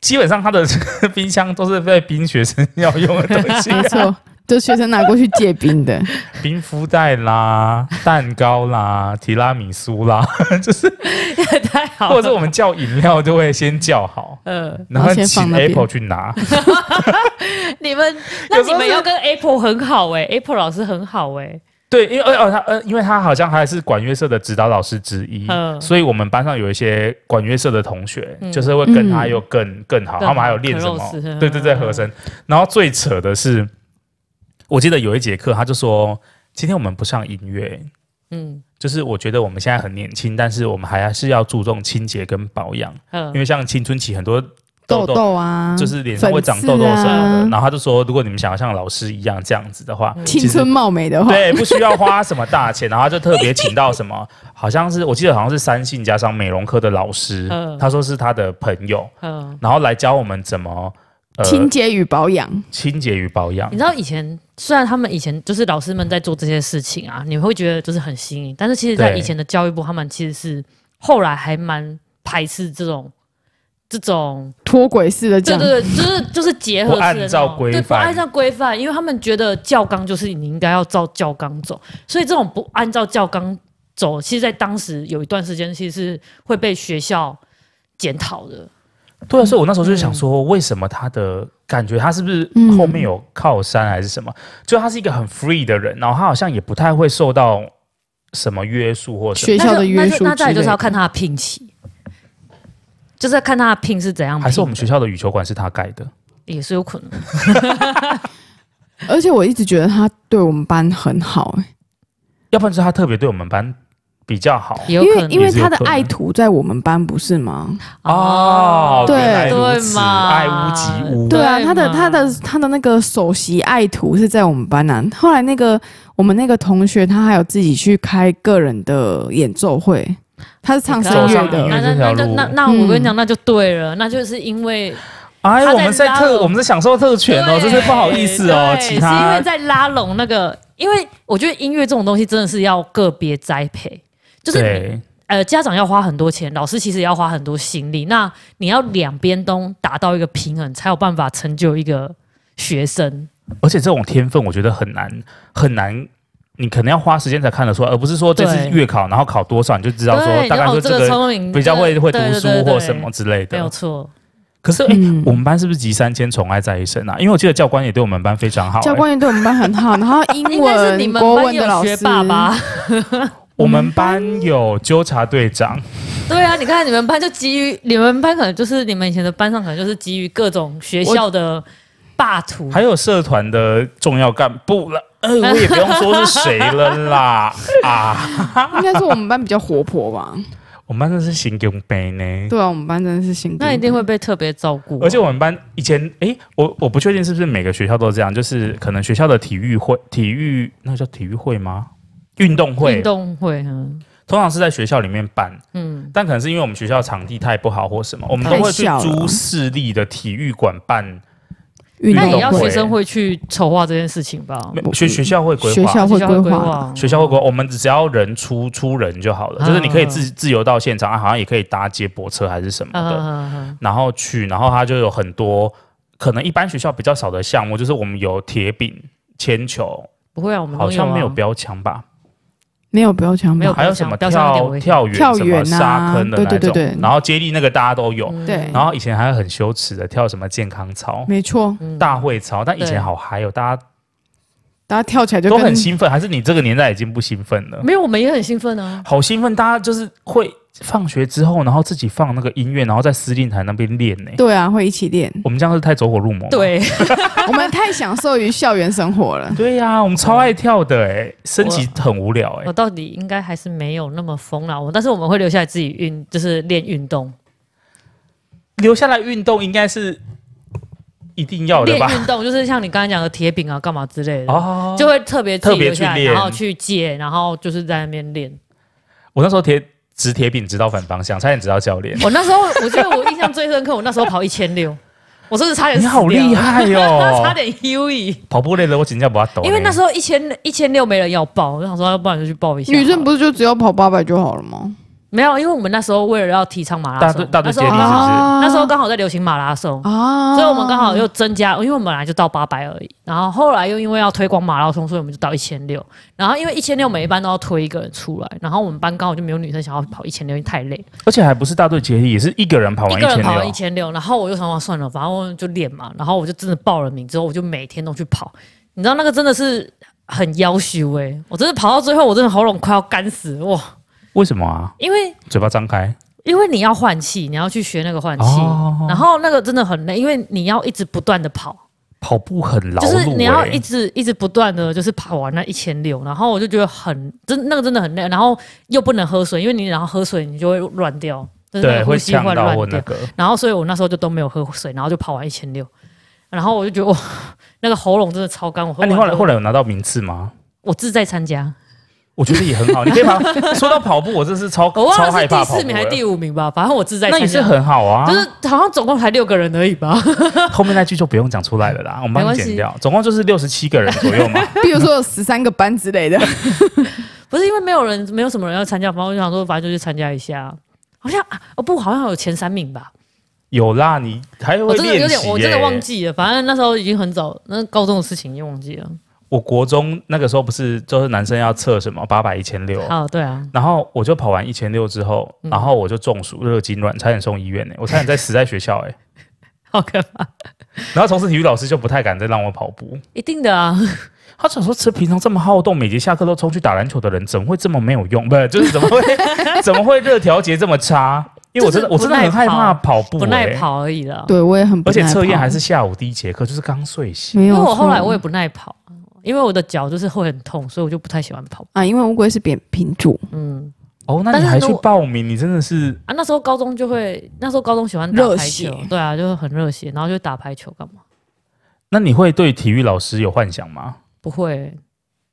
Speaker 1: 基本上他的 [LAUGHS] 冰箱都是被冰学生要用的东西，啊
Speaker 2: [LAUGHS]
Speaker 3: 没错，就学生拿过去借冰的，
Speaker 1: 冰敷袋啦、蛋糕啦、提拉米苏啦，
Speaker 2: 太好了，
Speaker 1: 或者是我们叫饮料就会先叫好，
Speaker 2: 嗯，
Speaker 1: 然后
Speaker 3: 先放
Speaker 1: 请
Speaker 3: 那边
Speaker 1: Apple 去拿。
Speaker 2: 你们
Speaker 1: 有
Speaker 2: 那
Speaker 1: 时
Speaker 2: 你
Speaker 1: 候
Speaker 2: 们
Speaker 1: 是
Speaker 2: 要跟 Apple 很好哎、a p p l e 老师很好哎、
Speaker 1: 对，因为呃呃他呃，因为他好像还是管乐社的指导老师之一，
Speaker 2: 嗯
Speaker 1: 所以我们班上有一些管乐社的同学，
Speaker 2: 嗯
Speaker 1: 就是会跟他又更更好，
Speaker 2: 更好
Speaker 1: 他们还有练什么
Speaker 2: close，，
Speaker 1: 对对对，
Speaker 2: 嗯
Speaker 1: 和声。然后最扯的是，我记得有一节课他就说，今天我们不上音乐，
Speaker 2: 嗯
Speaker 1: 就是我觉得我们现在很年轻，但是我们还是要注重清洁跟保养，因
Speaker 2: 嗯，
Speaker 1: 为像青春期很多痘
Speaker 3: 痘
Speaker 1: 痘。
Speaker 3: 痘啊，
Speaker 1: 就是脸上会长痘痘什
Speaker 3: 粉刺
Speaker 1: 么的，
Speaker 3: 啊
Speaker 1: 然后他就说，如果你们想要像老师一样这样子的话，
Speaker 2: 嗯
Speaker 1: 其
Speaker 3: 青
Speaker 1: 实
Speaker 3: 春貌美的话，
Speaker 1: 对，不需要花什么大钱，然后他就特别请到什么，好像是我记得好像是三信加上美容科的老师，
Speaker 2: 嗯
Speaker 1: 他说是他的朋友，
Speaker 2: 嗯，
Speaker 1: 然后来教我们怎么呃
Speaker 3: 清洁与保养，
Speaker 1: 清洁与保养
Speaker 2: 你。知道以前虽然他们以前就是老师们在做这些事情啊，你会觉得就是很新颖，但是其实，在
Speaker 1: 对
Speaker 2: 以前的教育部，他们其实是后来还蛮排斥这种这种，
Speaker 3: 脱轨式的
Speaker 2: 对
Speaker 3: 讲，
Speaker 2: 对对，就是就是结合式的
Speaker 1: 不按
Speaker 2: 那
Speaker 1: 照
Speaker 2: 种
Speaker 1: 规
Speaker 2: 对，不
Speaker 1: 范
Speaker 2: 按照规范，因为他们觉得教纲就是你应该要照教纲走，所以这种不按照教纲走，其实，在当时有一段时间，其实是会被学校检讨的。
Speaker 1: 对
Speaker 2: 嗯
Speaker 1: 啊，所以我那时候就想说，为什么他的感觉，他是不是
Speaker 3: 嗯
Speaker 1: 后面有靠山还是什么？就他是一个很 free 的人，然后他好像也不太会受到什么约束或什么，
Speaker 3: 学校的约
Speaker 2: 那就
Speaker 3: 束
Speaker 2: 那就那
Speaker 3: 之
Speaker 2: 再来
Speaker 3: 类
Speaker 2: 就是要
Speaker 3: 的。
Speaker 2: 看他的聘期，就是要看他的聘是怎样拼的，
Speaker 1: 还是我们学校的羽球馆是他盖的？
Speaker 2: 也是有可能。
Speaker 3: 而且我一直觉得他对我们班很好、欸，
Speaker 1: 要不然就是他特别对我们班比较好
Speaker 2: 也有
Speaker 3: 因
Speaker 2: 可
Speaker 3: 为
Speaker 2: 能
Speaker 3: 因为
Speaker 1: 也是有
Speaker 3: 他的
Speaker 1: 可能
Speaker 3: 爱徒在我们班不是吗？
Speaker 1: 哦，
Speaker 3: 对
Speaker 1: 原来如
Speaker 2: 对
Speaker 1: 此，
Speaker 2: 嘛
Speaker 1: 爱屋及乌。
Speaker 3: 对啊，
Speaker 2: 对
Speaker 3: 他的
Speaker 2: 嘛
Speaker 3: 他的他的那个首席爱徒是在我们班啊。后来那个我们那个同学，他还有自己去开个人的演奏会，他是唱声
Speaker 1: 走
Speaker 3: 乐
Speaker 1: 上音
Speaker 3: 的
Speaker 1: 乐。
Speaker 2: 那那那那那那
Speaker 3: 嗯
Speaker 2: 我跟你讲，那就对了，那就是因为
Speaker 1: 哎，
Speaker 2: 他
Speaker 1: 我
Speaker 2: 在
Speaker 1: 们在
Speaker 2: 拉
Speaker 1: 特，
Speaker 2: 拢
Speaker 1: 我们在享受特权哦，
Speaker 2: 对
Speaker 1: 真是不好意思哦。
Speaker 2: 对
Speaker 1: 其
Speaker 2: 是因
Speaker 1: 他
Speaker 2: 为在拉拢那个，因为我觉得音乐这种东西真的是要个别栽培，就是你
Speaker 1: 对
Speaker 2: 呃家长要花很多钱，老师其实也要花很多心力，那你要两边都达到一个平衡，才有办法成就一个学生。
Speaker 1: 而且这种天分，我觉得很难很难，你可能要花时间才看得出来，而不是说这次
Speaker 2: 对
Speaker 1: 月考，然后考多少你就知道
Speaker 2: 对，
Speaker 1: 说
Speaker 2: 你
Speaker 1: 大概
Speaker 2: 哦
Speaker 1: 说
Speaker 2: 这
Speaker 1: 这
Speaker 2: 个
Speaker 1: 个
Speaker 2: 聪明，
Speaker 1: 比较会会读
Speaker 2: 对
Speaker 1: 书或什么，之类
Speaker 2: 对对对对没有
Speaker 1: 的。
Speaker 2: 错。
Speaker 1: 可是哎
Speaker 3: 嗯，
Speaker 1: 我们班是不是集三千宠爱在一身啊？因为我记得教官也对我们班非常好。
Speaker 3: 教
Speaker 1: 哎
Speaker 3: 官也对我
Speaker 2: [LAUGHS]
Speaker 3: 们班很好，然后英
Speaker 2: 应该是你
Speaker 3: 文、
Speaker 2: 们
Speaker 3: 国
Speaker 2: 班
Speaker 3: 文的老
Speaker 2: 有学
Speaker 3: 师，
Speaker 2: 霸吧？
Speaker 3: 嗯
Speaker 1: 我们班有纠察队长，
Speaker 2: 对啊，你看你们班就基于你们班可能就是你们以前的班上可能就是基于各种学校的霸图，
Speaker 1: 还有社团的重要干部了。呃，我也不用说是谁了啦 [LAUGHS] 啊！
Speaker 3: 应该是我们班比较活
Speaker 1: [LAUGHS]
Speaker 3: 泼吧？
Speaker 1: 我们班真是行勇杯呢。
Speaker 3: 对啊，我们班真的是辛苦。
Speaker 2: 那一定会被特别照顾啊、
Speaker 1: 而且我们班以前，诶，我我不确定是不是每个学校都这样，就是可能学校的体育会、体育那叫体育会吗？运动会
Speaker 2: 运动会，嗯
Speaker 1: 通常是在学校里面办，
Speaker 2: 嗯，
Speaker 1: 但可能是因为我们学校场地太不好或什么，我们
Speaker 3: 太
Speaker 1: 都会去
Speaker 3: 小了
Speaker 1: 租市立的体育馆办，
Speaker 3: 运
Speaker 2: 那
Speaker 3: 动
Speaker 2: 也要
Speaker 1: 会
Speaker 2: 学生会去筹划这件事情吧？
Speaker 1: 没学学校会规
Speaker 3: 学
Speaker 1: 划
Speaker 3: 校。会规划，
Speaker 2: 划嗯
Speaker 1: 学校会规划，我们只要人出出人就好
Speaker 3: 啊
Speaker 1: 了，就是你可以自自由到现场，啊，好像也可以搭接驳车还是什么
Speaker 2: 嗯
Speaker 3: 啊
Speaker 1: 的，
Speaker 2: 嗯嗯
Speaker 1: 然后去，然后它就有很多可能一般学校比较少的项目，就是我们有铁饼、铅球，
Speaker 2: 不会啊，我们都
Speaker 1: 好像没有
Speaker 2: 啊
Speaker 1: 标枪吧？
Speaker 3: 没有不要抢
Speaker 2: 没有
Speaker 3: 吧？
Speaker 1: 还有什么
Speaker 2: 标枪有点
Speaker 1: 跳
Speaker 2: 危险
Speaker 1: 跳远、
Speaker 3: 跳
Speaker 1: 什
Speaker 3: 远
Speaker 1: 么
Speaker 3: 啊
Speaker 1: 沙坑的那种，
Speaker 3: 对对对对嗯
Speaker 1: 然后接力那个大家都有。
Speaker 3: 对
Speaker 1: 然后以前还有很羞耻的跳什么健康操、
Speaker 3: 没错，
Speaker 2: 嗯
Speaker 1: 大会操，但以
Speaker 2: 对
Speaker 1: 前好嗨哦，大家
Speaker 3: 大家跳起来就
Speaker 1: 都
Speaker 3: 跟
Speaker 1: 很兴奋，还是你这个年代已经不兴奋了？
Speaker 2: 没有，我们也很兴奋啊。
Speaker 1: 好兴奋，大家就是会放学之后，然后自己放那个音乐，然后在司令台那边练呢。
Speaker 3: 对啊，会一起练。
Speaker 1: 我们这样是太走火入魔吗。
Speaker 2: 对，
Speaker 3: 我们太享受于校园生
Speaker 2: [LAUGHS]
Speaker 3: 活了。
Speaker 1: 对呀、我们超爱跳的哎，升旗很无聊哎
Speaker 2: 我。到底应该还是没有那么疯啦。我但是我们会留下来自己运，就是练运动，
Speaker 1: 留下来运动应该是一定要的
Speaker 2: 练
Speaker 1: 吧？
Speaker 2: 运动就是像你刚才讲的铁饼啊，干嘛之类的，
Speaker 1: 哦，
Speaker 2: 就会特别自己
Speaker 1: 特别
Speaker 2: 留下来
Speaker 1: 去练
Speaker 2: 然后去借，然后就是在那边练。
Speaker 1: 我那时候铁直铁饼直到反方向，差点直到教
Speaker 2: [LAUGHS]
Speaker 1: 练。
Speaker 2: 我那时候我觉得我印象最深刻，我那时候跑一千六，我真是差点
Speaker 1: 你
Speaker 2: 死掉
Speaker 1: 好厉害哦
Speaker 2: [LAUGHS] 差点 U E。
Speaker 1: 跑步累了，我请假不要抖呢。
Speaker 2: 因为那时候一千一千六没人要报，我想说要不然就去报一下好了。
Speaker 3: 女生不是就只要跑八百就好了吗？
Speaker 2: 没有，因为我们那时候为了要提倡马拉
Speaker 1: 大队
Speaker 2: 松，
Speaker 1: 大队
Speaker 2: 那时
Speaker 1: 接
Speaker 2: 候
Speaker 1: 力是不
Speaker 2: 刚好
Speaker 3: 哦
Speaker 1: 是？
Speaker 2: 那时候刚好在流行马拉松，
Speaker 3: 啊
Speaker 2: 所以我们刚好又增加，因为我们本来就到八百而已，然后后来又因为要推广马拉松，所以我们就到一千六。然后因为一千六每一班都要推一个人出来，然后我们班刚好就没有女生想要跑一千六，因为太累，
Speaker 1: 而且还不是大队接力，也是一个人跑
Speaker 2: 一
Speaker 1: 完一
Speaker 2: 个人
Speaker 1: 千哦
Speaker 2: 跑了一
Speaker 1: 六。
Speaker 2: 千六，然后我就想说算了，反正我就练嘛，然后我就真的报了名之后，我就每天都去跑，你知道那个真的是很要求哎，我真的跑到最后，我真的喉咙快要干死哇，
Speaker 1: 为什么啊？
Speaker 2: 因为
Speaker 1: 嘴巴张开，
Speaker 2: 因为你要换气，你要去学那个换气，
Speaker 1: 哦
Speaker 2: 然后那个真的很累，因为你要一直不断的跑。
Speaker 1: 跑步很劳
Speaker 2: 就是
Speaker 1: 碌、
Speaker 2: 你要一
Speaker 1: 欸。
Speaker 2: 直一直不断的就是跑完那一千六，然后我就觉得很真那个真的很累，然后又不能喝水，因为你然后喝水你就会乱掉，就是那
Speaker 1: 对，
Speaker 2: 个呼
Speaker 1: 会
Speaker 2: 吸
Speaker 1: 呛
Speaker 2: 会
Speaker 1: 到或
Speaker 2: 乱
Speaker 1: 那
Speaker 2: 掉。
Speaker 1: 个。
Speaker 2: 然后所以我那时候就都没有喝水，然后就跑完一千六，然后我就觉得哇，那个喉咙真的超干。我喝
Speaker 1: 那、啊
Speaker 2: 完
Speaker 1: 你后来
Speaker 2: 之
Speaker 1: 后来有拿到名次吗？
Speaker 2: 我自在参加，
Speaker 1: 我觉得也很
Speaker 2: [LAUGHS]
Speaker 1: 好，你可以把说到跑步，我真是超
Speaker 2: 我忘
Speaker 1: 超
Speaker 2: 了
Speaker 1: 害
Speaker 2: 是
Speaker 1: 怕
Speaker 2: 第
Speaker 1: 跑
Speaker 2: 四
Speaker 1: 步
Speaker 2: 名还是
Speaker 1: 的。
Speaker 2: 第五名吧，反正我自在
Speaker 1: 那
Speaker 2: 参
Speaker 1: 也是
Speaker 2: 加。
Speaker 1: 很好啊，
Speaker 2: 就是好像总共才六个人而已吧， [LAUGHS]
Speaker 1: 后面那句就不用讲出来了啦，我们
Speaker 2: 没
Speaker 1: 帮
Speaker 2: 关
Speaker 1: 你
Speaker 2: 系
Speaker 1: 剪掉。总共就是六十七个人左
Speaker 2: [LAUGHS]
Speaker 1: 右嘛，
Speaker 3: 比如说有十三个班之类的，
Speaker 2: 不是因为没有人，没有什么人要参加，反正我就想说，反正就去参加一下。好像啊，哦不，好像有前三名吧，
Speaker 1: 有啦，你还会
Speaker 2: 我真的有
Speaker 1: 练习、
Speaker 2: 点，
Speaker 1: 欸。
Speaker 2: 我真的忘记了。反正那时候已经很早，那高中的事情已经忘记了。
Speaker 1: 我国中那个时候不是就是男生要测什么八百一千六，
Speaker 2: 哦，对啊，
Speaker 1: 然后我就跑完一千六之后，
Speaker 2: 嗯
Speaker 1: 然后我就中暑热痉挛，差点送医院欸呢、我差点在死在学校哎、
Speaker 2: 好可怕，
Speaker 1: 然后从此体育老师就不太敢再让我跑步，
Speaker 2: 一定的啊，
Speaker 1: 他想说，这平常这么好动，每节下课都冲去打篮球的人，怎么会这么没有用？ [LAUGHS] 不是，就是怎么
Speaker 2: [LAUGHS]
Speaker 1: 会怎么会热调节这么差？因为我真的
Speaker 2: 就
Speaker 1: 我
Speaker 2: 是
Speaker 1: 真
Speaker 2: 不
Speaker 1: 的
Speaker 2: 耐
Speaker 1: 很害怕跑步、
Speaker 2: 不耐
Speaker 1: 欸，
Speaker 2: 跑而已啦。
Speaker 3: [LAUGHS] 对我也很不
Speaker 1: 而且
Speaker 3: 耐
Speaker 1: 测验
Speaker 3: 跑
Speaker 1: 还是下午第一节课，就是刚睡醒。
Speaker 3: 没
Speaker 2: 因
Speaker 3: 有
Speaker 2: 为
Speaker 3: 错。
Speaker 2: 我后来我也不耐跑，因为我的脚就是会很痛，所以我就不太喜欢跑。
Speaker 3: 啊，因为乌龟是扁平足，
Speaker 2: 嗯，
Speaker 1: 哦，那
Speaker 2: 但
Speaker 1: 你
Speaker 2: 是
Speaker 1: 还去
Speaker 2: 如果
Speaker 1: 报名？你真的是
Speaker 2: 啊，那时候高中就会，那时候高中喜欢打
Speaker 3: 热
Speaker 2: 排
Speaker 3: 血
Speaker 2: 球，对啊，就很热血，然后就打排球干嘛？
Speaker 1: 那你会对体育老师有幻想吗？
Speaker 2: 不会欸、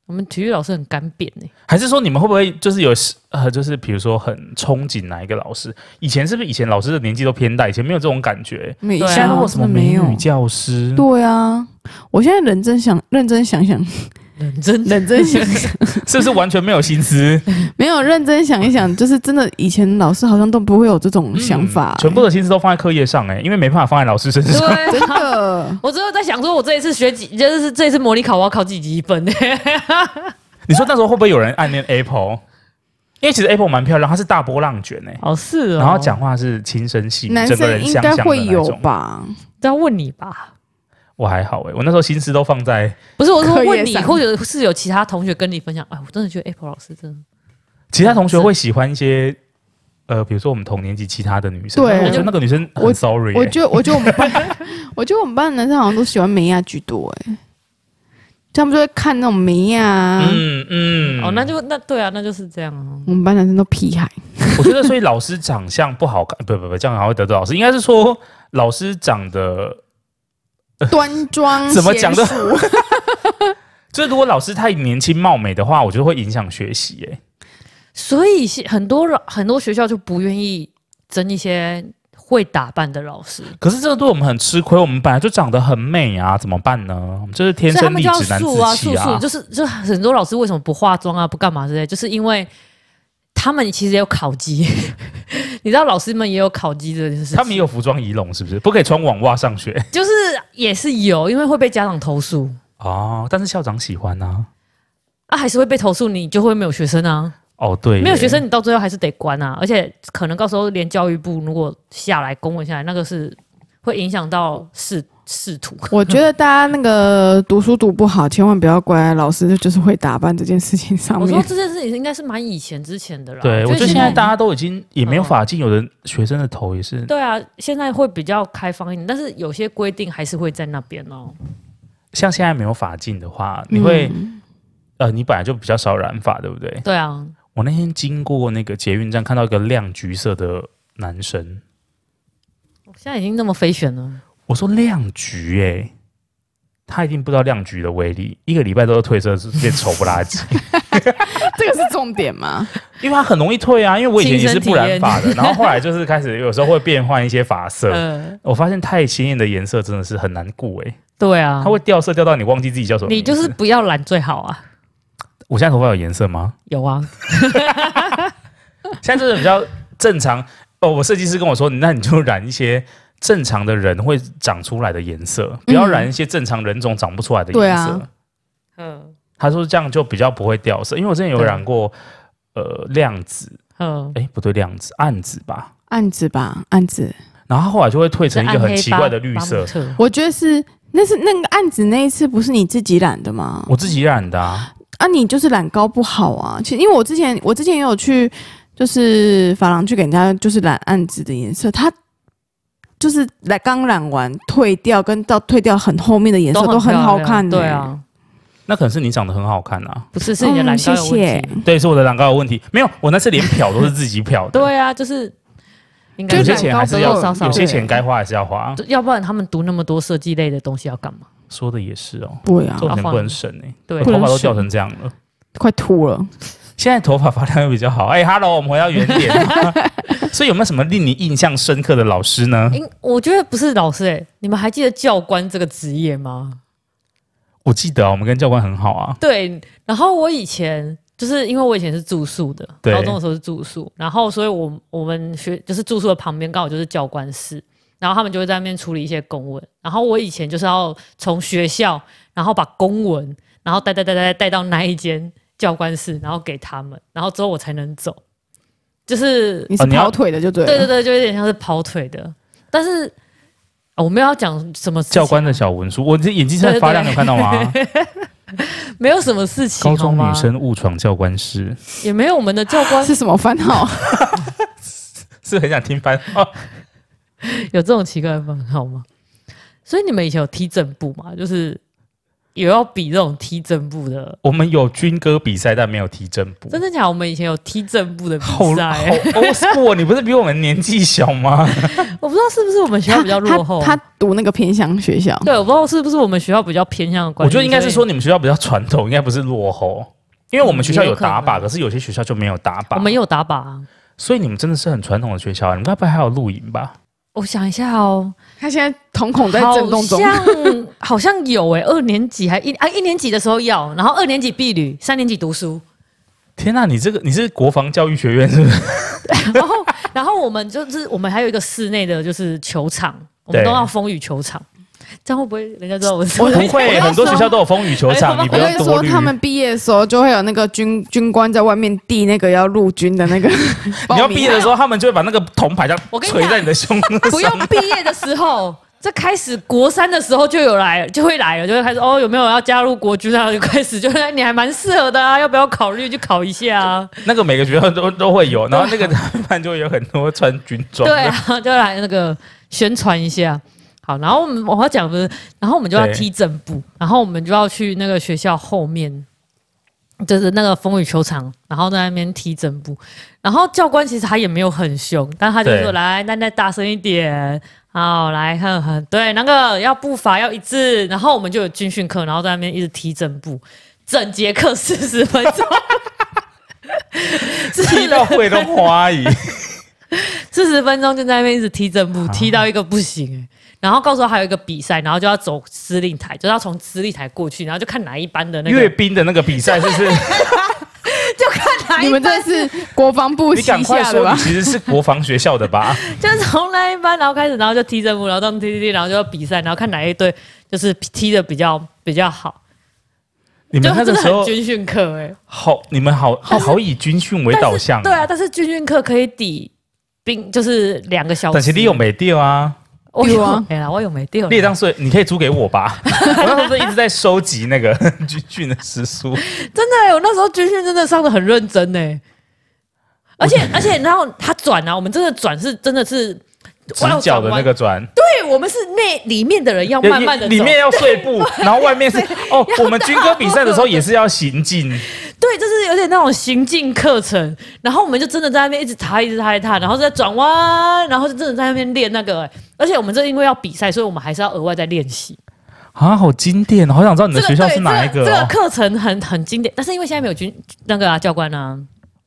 Speaker 2: 我们体育老师很干扁欸呢、
Speaker 1: 还是说你们会不会就是有呃，就是比如说很憧憬哪一个老师？以前是不是以前老师的年纪都偏大？以前没有这种感觉。
Speaker 3: 没
Speaker 2: 对啊
Speaker 1: 现在如果什么美
Speaker 3: 没有
Speaker 1: 女。教师，
Speaker 3: 对啊，我现在认真想，认真想想， [LAUGHS]
Speaker 2: 认真
Speaker 3: 认真想想，
Speaker 1: [LAUGHS] 是不是完全没有心思？
Speaker 3: 没有认真想一想，就是真的，以前老师好像都不会有这种想法、欸
Speaker 1: 嗯全部的心思都放在课业上哎、因为没办法放在老师身上。
Speaker 2: 对
Speaker 3: 真
Speaker 1: [LAUGHS]
Speaker 2: 啊、
Speaker 3: 的
Speaker 2: 我只有在想说，我这一次学几，就是这一次模拟考我要考几级分、欸
Speaker 1: 你说那时候会不会有人暗恋 Apple？因为其实 Apple 蛮漂亮，她是大波浪卷哎、
Speaker 2: 哦，是哦，
Speaker 1: 然后讲话是轻声细语，
Speaker 3: 啊男
Speaker 1: 整个
Speaker 3: 生
Speaker 1: 人
Speaker 3: 应
Speaker 1: 香
Speaker 3: 该
Speaker 1: 香的
Speaker 3: 会
Speaker 1: 那
Speaker 3: 有
Speaker 1: 种。
Speaker 3: 吧？
Speaker 2: 都要问你吧？
Speaker 1: 我还好哎、我那时候心思都放在，
Speaker 2: 不是，我是说
Speaker 3: 课业
Speaker 2: 问你，
Speaker 3: 上
Speaker 2: 或者是有其他同学跟你分享。哎，我真的觉得 Apple 老师真的，
Speaker 1: 其他同学会喜欢一些，呃，比如说我们同年级其他的女生，
Speaker 3: 对
Speaker 1: 我觉得那个女生很
Speaker 3: 我
Speaker 1: sorry，、
Speaker 3: 我
Speaker 1: 欸、
Speaker 3: 觉得，我觉得我们班， [LAUGHS] 我觉得我们班的男生好像都喜欢美亚居多、哎，他们就会看那种美亚、啊。
Speaker 1: 嗯嗯，
Speaker 2: 哦，那就那对啊，那就是这样啊。
Speaker 3: 我们班男生都屁孩，
Speaker 1: 我觉得，所以老师长相不好看， [LAUGHS] 不不不，这样还会得罪老师。应该是说老师长得
Speaker 3: 端庄
Speaker 1: 怎么讲
Speaker 3: 娴
Speaker 1: 的
Speaker 3: 熟？ [LAUGHS]
Speaker 1: 就是如果老师太年轻貌美的话，我觉得会影响学习、欸耶。
Speaker 2: 所以是很多老很多学校就不愿意争一些会打扮的老师，
Speaker 1: 可是这个对我们很吃亏，我们本来就长得很美啊，怎么办呢？我们就是天
Speaker 2: 所以他
Speaker 1: 生
Speaker 2: 们
Speaker 1: 丽
Speaker 2: 就要
Speaker 1: 质难
Speaker 2: 素啊
Speaker 1: 自
Speaker 2: 素
Speaker 1: 弃
Speaker 2: 素，
Speaker 1: 啊。
Speaker 2: 就是就很多老师为什么不化妆啊，不干嘛之类，就是因为他们其实也有考级， [LAUGHS] 你知道老师们也有考级这件事情，
Speaker 1: 他们也有服装仪容，是不是？不可以穿网袜上
Speaker 2: [LAUGHS]
Speaker 1: 学
Speaker 2: 就是也是有，因为会被家长投诉
Speaker 1: 哦。但是校长喜欢啊。
Speaker 2: 啊，还是会被投诉，你就会没有学生啊。
Speaker 1: 哦，对耶，
Speaker 2: 没有学生，你到最后还是得关啊，而且可能到时候连教育部如果下来公文下来，那个是会影响到仕仕途。
Speaker 3: 我觉得大家那个读书读不好，千万不要怪在老师就是会打扮这件事情上
Speaker 2: 我说
Speaker 3: 面。
Speaker 2: 这件事情应该是蛮以前之前的啦。
Speaker 1: 对，我觉得现
Speaker 3: 现
Speaker 1: 在
Speaker 3: 在
Speaker 1: 大家都已经也没有
Speaker 2: 嗯
Speaker 1: 法进，有的学生的头也是。
Speaker 2: 对啊，现在会比较开放一点，但是有些规定还是会在那边哦。
Speaker 1: 像现在没有法进的话，你会、
Speaker 3: 嗯
Speaker 1: 呃，你本来就比较少染发，对不对？
Speaker 2: 对啊，
Speaker 1: 我那天经过那个捷运站，看到一个亮橘色的男生，
Speaker 2: 我现在已经那么飞旋了，
Speaker 1: 我说亮橘哎、他一定不知道亮橘的威力，一个礼拜都是褪色，是变丑不
Speaker 2: [LAUGHS]
Speaker 1: 拉几。
Speaker 3: 这个是重点吗？
Speaker 1: 因为它很容易退啊，因为我以前也是不染发
Speaker 2: 亲
Speaker 1: 的，然后后来就是开始有时候会变换一些发色。
Speaker 2: 呃，
Speaker 1: 我发现太鲜艳的颜色真的是很难顾诶、
Speaker 2: 对啊
Speaker 1: 它，会掉色掉到你忘记自己叫什么名
Speaker 2: 你
Speaker 1: 字。
Speaker 2: 就是不要懒最好啊。
Speaker 1: 我现在头发有颜色吗？
Speaker 2: 有啊，
Speaker 1: 现在就是比较正常。哦，我设计师跟我说，那你就染一些正常的人会长出来的颜色，不要染一些正常人种长不出来的
Speaker 3: 对
Speaker 1: 颜
Speaker 3: 啊
Speaker 1: 色。
Speaker 2: 嗯
Speaker 1: 他说这样就比较不会掉色，因为我之前有
Speaker 2: 对
Speaker 1: 染过呃亮紫，
Speaker 2: 嗯，
Speaker 1: 诶，不对，亮紫暗紫吧，
Speaker 3: [LAUGHS] 案子吧，案子。
Speaker 1: 然后它后来就会褪成一
Speaker 2: 这
Speaker 1: 个
Speaker 2: 暗
Speaker 1: 很
Speaker 2: 黑
Speaker 1: 奇
Speaker 2: 巴
Speaker 1: 怪的绿色。，
Speaker 2: 巴姆特
Speaker 3: 我觉得是，那是那个案子那一次不是你自己染的吗？
Speaker 1: 我自己染的啊，
Speaker 3: 啊，你就是染膏不好啊。其实因为我之前我之前也有去，就是发廊去给人家就是染暗紫的颜色，它就是来刚染完褪掉，跟到褪掉很后面的颜色都很
Speaker 2: 漂
Speaker 3: 好
Speaker 2: 亮
Speaker 3: 看、
Speaker 2: 对，啊，
Speaker 1: 那可能是你长得很好看啊。
Speaker 2: 不是是你的
Speaker 3: 嗯
Speaker 2: 懒
Speaker 3: 谢
Speaker 2: 高有问
Speaker 3: 谢
Speaker 2: 题。。
Speaker 1: 对，是我的染膏有问题。没有，我那次连漂都是自己漂的。
Speaker 2: 对啊，就是应该
Speaker 1: 有些
Speaker 3: 就染
Speaker 1: 钱
Speaker 3: 膏
Speaker 1: 还
Speaker 3: 不
Speaker 1: 是要
Speaker 3: 够，
Speaker 2: 少少
Speaker 1: 有些
Speaker 2: 对
Speaker 1: 钱该花还是要花。啊
Speaker 2: 要不然他们读那么多设计类的东西要干嘛？
Speaker 1: 说的也是哦，
Speaker 3: 对啊
Speaker 1: 这，种钱
Speaker 2: 花
Speaker 1: 不能省哎，
Speaker 2: 对
Speaker 1: 我，头发都掉成这样了。
Speaker 3: 快秃了。
Speaker 1: 现在头发发量又比较好。哎，Hello，我们回到原点。啊 [LAUGHS] 所以有没有什么令你印象深刻的老师呢？
Speaker 2: 因我觉得不是老师哎、你们还记得教官这个职业吗？
Speaker 1: 我记得啊，我们跟教官很好啊。
Speaker 2: 对，然后我以前就是因为我以前是住宿的，
Speaker 1: 对
Speaker 2: 高中的时候是住宿，然后所以我我们学就是住宿的旁边刚好就是教官室，然后他们就会在那边处理一些公文，然后我以前就是要从学校，然后把公文。然后带带带带带到那一间教官室，然后给他们，然后之后我才能走。就是
Speaker 3: 你是
Speaker 1: 哦你要
Speaker 3: 跑腿的就对了。
Speaker 2: 对对对，就有点像是跑腿的，但是、哦我没有要讲什么事情啊
Speaker 1: 教官的小文书，我这眼睛现在发亮，有
Speaker 2: 对
Speaker 1: 看到
Speaker 2: [LAUGHS]
Speaker 1: 吗？
Speaker 2: 没有什么事情，
Speaker 1: 高中
Speaker 2: 好吗
Speaker 1: 女生误闯教官室，
Speaker 2: 也没有我们的教官
Speaker 3: 是什么番 [LAUGHS] 号？
Speaker 1: 是很想听翻哦。
Speaker 2: 有这种奇怪的番号吗？所以你们以前有踢正步吗？就是有要比这种踢正步的，
Speaker 1: 我们有军歌比赛，但没有踢正步。
Speaker 2: 真的假的？我们以前有踢正步的比
Speaker 1: 好
Speaker 2: 赛、
Speaker 1: 好 old school，你不是比我们年纪小吗？
Speaker 2: 我不知道是不是我们学校比较落后。
Speaker 3: 他他读那个偏乡学校，
Speaker 2: 对，我不知道是不是我们学校比较偏向的
Speaker 1: [LAUGHS]
Speaker 2: 关
Speaker 1: 我
Speaker 2: 系。
Speaker 1: 觉得应该是
Speaker 2: 所
Speaker 1: 说
Speaker 2: 以
Speaker 1: 你们学校比较传统，应该不是落后。因为我们学校有打
Speaker 2: 嗯也有可
Speaker 1: 靶，
Speaker 2: 能
Speaker 1: 可是有些学校就没有打靶。
Speaker 2: 我们有打靶啊、
Speaker 1: 所以你们真的是很传统的学校啊！你们该不会还有露营吧？
Speaker 2: 我想一下哦，
Speaker 3: 他现在瞳孔在
Speaker 2: 好
Speaker 3: 震动中。
Speaker 2: 像 [LAUGHS] 好像有诶、二年级还一啊一年级的时候要，然后二年级避旅，三年级读书，
Speaker 1: 天呐、你这个你是国防教育学院是不是？
Speaker 2: 然后然后我们就是我们还有一个室内的就是球场，我们
Speaker 1: 对
Speaker 2: 都要风雨球场，这样会不会人家知
Speaker 1: [LAUGHS]
Speaker 2: 道我是？
Speaker 3: 我
Speaker 1: 不会，
Speaker 3: 我
Speaker 1: 很多
Speaker 3: 要
Speaker 1: 学
Speaker 3: 说
Speaker 1: 校都有风雨球
Speaker 2: 哎
Speaker 1: 场，
Speaker 2: 我
Speaker 1: 你不
Speaker 3: 我
Speaker 1: 用
Speaker 3: 跟你
Speaker 1: 多
Speaker 3: 说，
Speaker 1: 虑。
Speaker 3: 他们毕业的时候就会有那个军军官在外面递那个要入军的那个 [LAUGHS] 报名单。
Speaker 1: 你要毕业的时候，他们就会把那个铜牌这样
Speaker 2: 我跟你
Speaker 1: 捶在
Speaker 2: 讲
Speaker 1: 你的胸
Speaker 2: 不
Speaker 1: 上。
Speaker 2: 用毕业的时候，这开始国三的时候就有来，就会来了，就会开始哦，有没有要加入国军啊？就开始就你还蛮适合的啊，要不要考虑去考一下啊？
Speaker 1: 那个每个学校都都会有，然后那个他们就有很多穿军装的。
Speaker 2: 对啊， [LAUGHS] 就来那个宣传一下。好，然后我们我要讲的是，然后我们就要
Speaker 1: 对
Speaker 2: 踢正步，然后我们就要去那个学校后面，就是那个风雨球场，然后在那边踢正步。然后教官其实他也没有很凶，但他就
Speaker 1: 对
Speaker 2: 说：“来，那那大声一点，好，来，哼哼，对，那个要步伐要一致。”然后我们就有军训课，然后在那边一直踢正步，整节课四十分
Speaker 1: [LAUGHS]
Speaker 2: 钟，
Speaker 1: 踢到会都花姨，
Speaker 2: 四十分钟就在那边一直踢正步，踢到一个不行、欸、然后告诉我还有一个比赛，然后就要走司令台，就是要从司令台过去，然后就看哪一班的 [LAUGHS] 那个
Speaker 1: 阅，兵的那个比赛是不是？
Speaker 2: [LAUGHS] 就看哪
Speaker 3: 你
Speaker 2: 一
Speaker 3: 们
Speaker 2: 班
Speaker 3: 真，的是国防部
Speaker 1: 你赶
Speaker 3: 旗
Speaker 1: 快
Speaker 3: 下
Speaker 1: 说，
Speaker 3: 的
Speaker 1: 你
Speaker 3: 吧？
Speaker 1: 其实是国防学校的吧？
Speaker 2: 就是从那一班，然后开始，然后就踢正步，然后这样踢踢踢，然后就要比赛，然后看哪一队就是踢的比较比较好，
Speaker 1: 你
Speaker 2: 就
Speaker 1: 们那个
Speaker 2: 真的
Speaker 1: 时
Speaker 2: 很
Speaker 1: 候
Speaker 2: 军训课哎、欸，
Speaker 1: 好，你们好好好以军训为导向。
Speaker 2: 对啊，，但是军训课可以抵并就是嗯两个小时，
Speaker 1: 但是你有没掉啊？
Speaker 2: 我
Speaker 3: 丢啊
Speaker 2: 有没啦，我有没丢啦，
Speaker 1: 列当税你可以租给我吧？
Speaker 2: [LAUGHS]
Speaker 1: 我那时候一直在收集那个 [LAUGHS] 军训的时书，
Speaker 2: 真的欸、我那时候军训真的上的很认真呢、而且而且，然后他转啊，我们真的转是真的是
Speaker 1: 直角的那，
Speaker 2: 哇
Speaker 1: 个转，
Speaker 2: 对我们是内里面的人要哦慢慢的
Speaker 1: 里面要碎
Speaker 2: [LAUGHS]
Speaker 1: 步，然后外面是哦。我们军歌比赛的时候也是要行
Speaker 2: [LAUGHS]
Speaker 1: 进，
Speaker 2: 对，就是有点那种行进课程，然后我们就真的在那边一直踏，一直踏，一直踏，然后再转弯，然后就真的在那边练那个欸、而且我们这因为要比赛，所以我们还是要额外再练习。
Speaker 1: 啊，好经典哦！好想知道你
Speaker 2: 这
Speaker 1: 的
Speaker 2: 个
Speaker 1: 学校是哪一
Speaker 2: 对
Speaker 1: 个
Speaker 2: 这个
Speaker 1: 哦？
Speaker 2: 课程很很经典，但是因为现在没有军那个啊教官啊，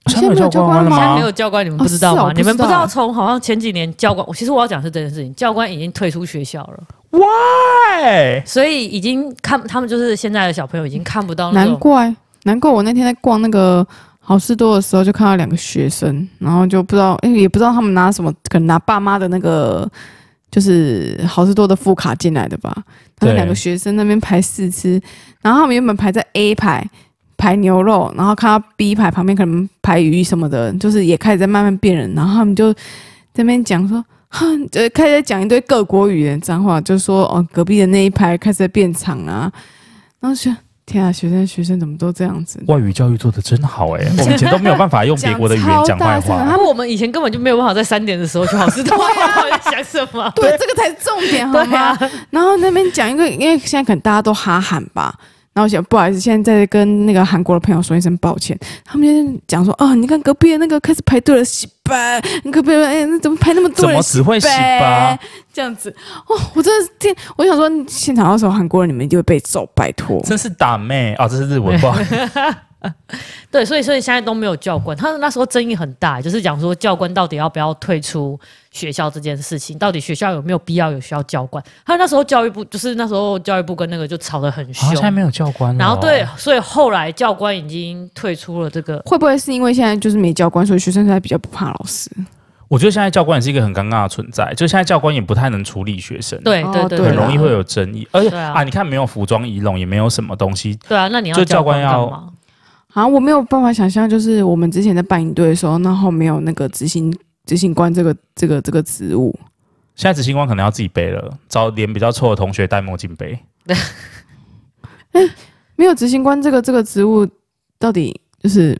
Speaker 1: 现在没有教官了
Speaker 3: 现在
Speaker 1: 吗
Speaker 2: 没？有教官，你们不知道吗？
Speaker 3: 哦是哦
Speaker 2: 你们不
Speaker 3: 不知
Speaker 2: 知
Speaker 3: 道
Speaker 2: 道从好像前几年教官，我其实我要讲的是这件事情，教官已经退出学校了，
Speaker 1: 喂，
Speaker 2: 所以已经看他们就是现在的小朋友已经看不到那
Speaker 3: 难
Speaker 2: 种。
Speaker 3: 怪，难怪我那天在逛那个好事多的时候，就看到两个学生，然后就不知道，哎也不知道他们拿什么，可能拿爸妈的那个。就是好事多的副卡进来的吧，他
Speaker 1: 对
Speaker 3: 们两个学生那边排试吃，然后他们原本排在 A 排排牛肉，然后看到 B 排旁边可能排鱼什么的，就是也开始在慢慢变人，然后他们就这边讲说， [LAUGHS] 哈，呃，开始讲一堆各国语言脏话，就说哦，隔壁的那一排开始在变场啊，然后学，天啊，学生学生怎么都这样子？
Speaker 1: 外语教育做的真好哎，我们以前都没有办法用别国的语言讲坏
Speaker 3: 讲超大声
Speaker 1: 话
Speaker 3: 啊。
Speaker 2: 他们我们以前根本就没有办法在三点的时候去好事啊多，我在想什么？
Speaker 3: [LAUGHS] 对，这个才是重
Speaker 1: [LAUGHS]
Speaker 3: 点，好
Speaker 2: 对
Speaker 3: 吗？
Speaker 2: 啊，
Speaker 3: 然后那边讲一个，因为现在可能大家都哈韩吧。然后我想不好意思，现在在跟那个韩国的朋友说一声抱歉。他们现在讲说，啊，你看隔壁的那个开始排队了，洗吧，隔壁的哎，那怎么排那么
Speaker 1: 怎
Speaker 3: 多
Speaker 1: 么
Speaker 3: 人？
Speaker 1: 只会洗吧？
Speaker 3: 这样子，哦，我真的是天，我想说现场到时候韩国人你们一定会被揍，拜托。
Speaker 1: 真是打妹哦，这是日文不好
Speaker 2: [LAUGHS]
Speaker 1: 意思
Speaker 2: 对，所以所以现在都没有教官，他们那时候争议很大，就是讲说教官到底要不要退出学校这件事情，到底学校有没有必要有需要教官？他们那时候教育部就是那时候教育部跟那个就吵得很
Speaker 1: 啊
Speaker 2: 凶
Speaker 1: 现，在没有教官了。
Speaker 2: 然后对，，所以后来教官已经退出了这个
Speaker 3: 会不会是因为现在就是没教官，所以学生才比较不怕老师？
Speaker 1: 我觉得现在教官也是一个很尴尬的存在，就现在教官也不太能处理学生，，
Speaker 2: 对
Speaker 3: 哦
Speaker 2: 对对，
Speaker 3: 对
Speaker 2: 对
Speaker 1: 很容易
Speaker 3: 啦
Speaker 1: 会有争议。而且
Speaker 2: 对啊
Speaker 1: 啊，你看没有服装仪容，也没有什么东西，
Speaker 2: 对啊，那你要
Speaker 1: 就教官
Speaker 2: 干
Speaker 1: 要
Speaker 2: 嘛？
Speaker 3: 啊，我没有办法想象，就是我们之前在办营队的时候，然后没有那个执行执行官这个这个这个职务，
Speaker 1: 现在执行官可能要自己背了，找脸比较臭的同学戴墨镜背。
Speaker 3: 没有执行官这个这个职务，到底就是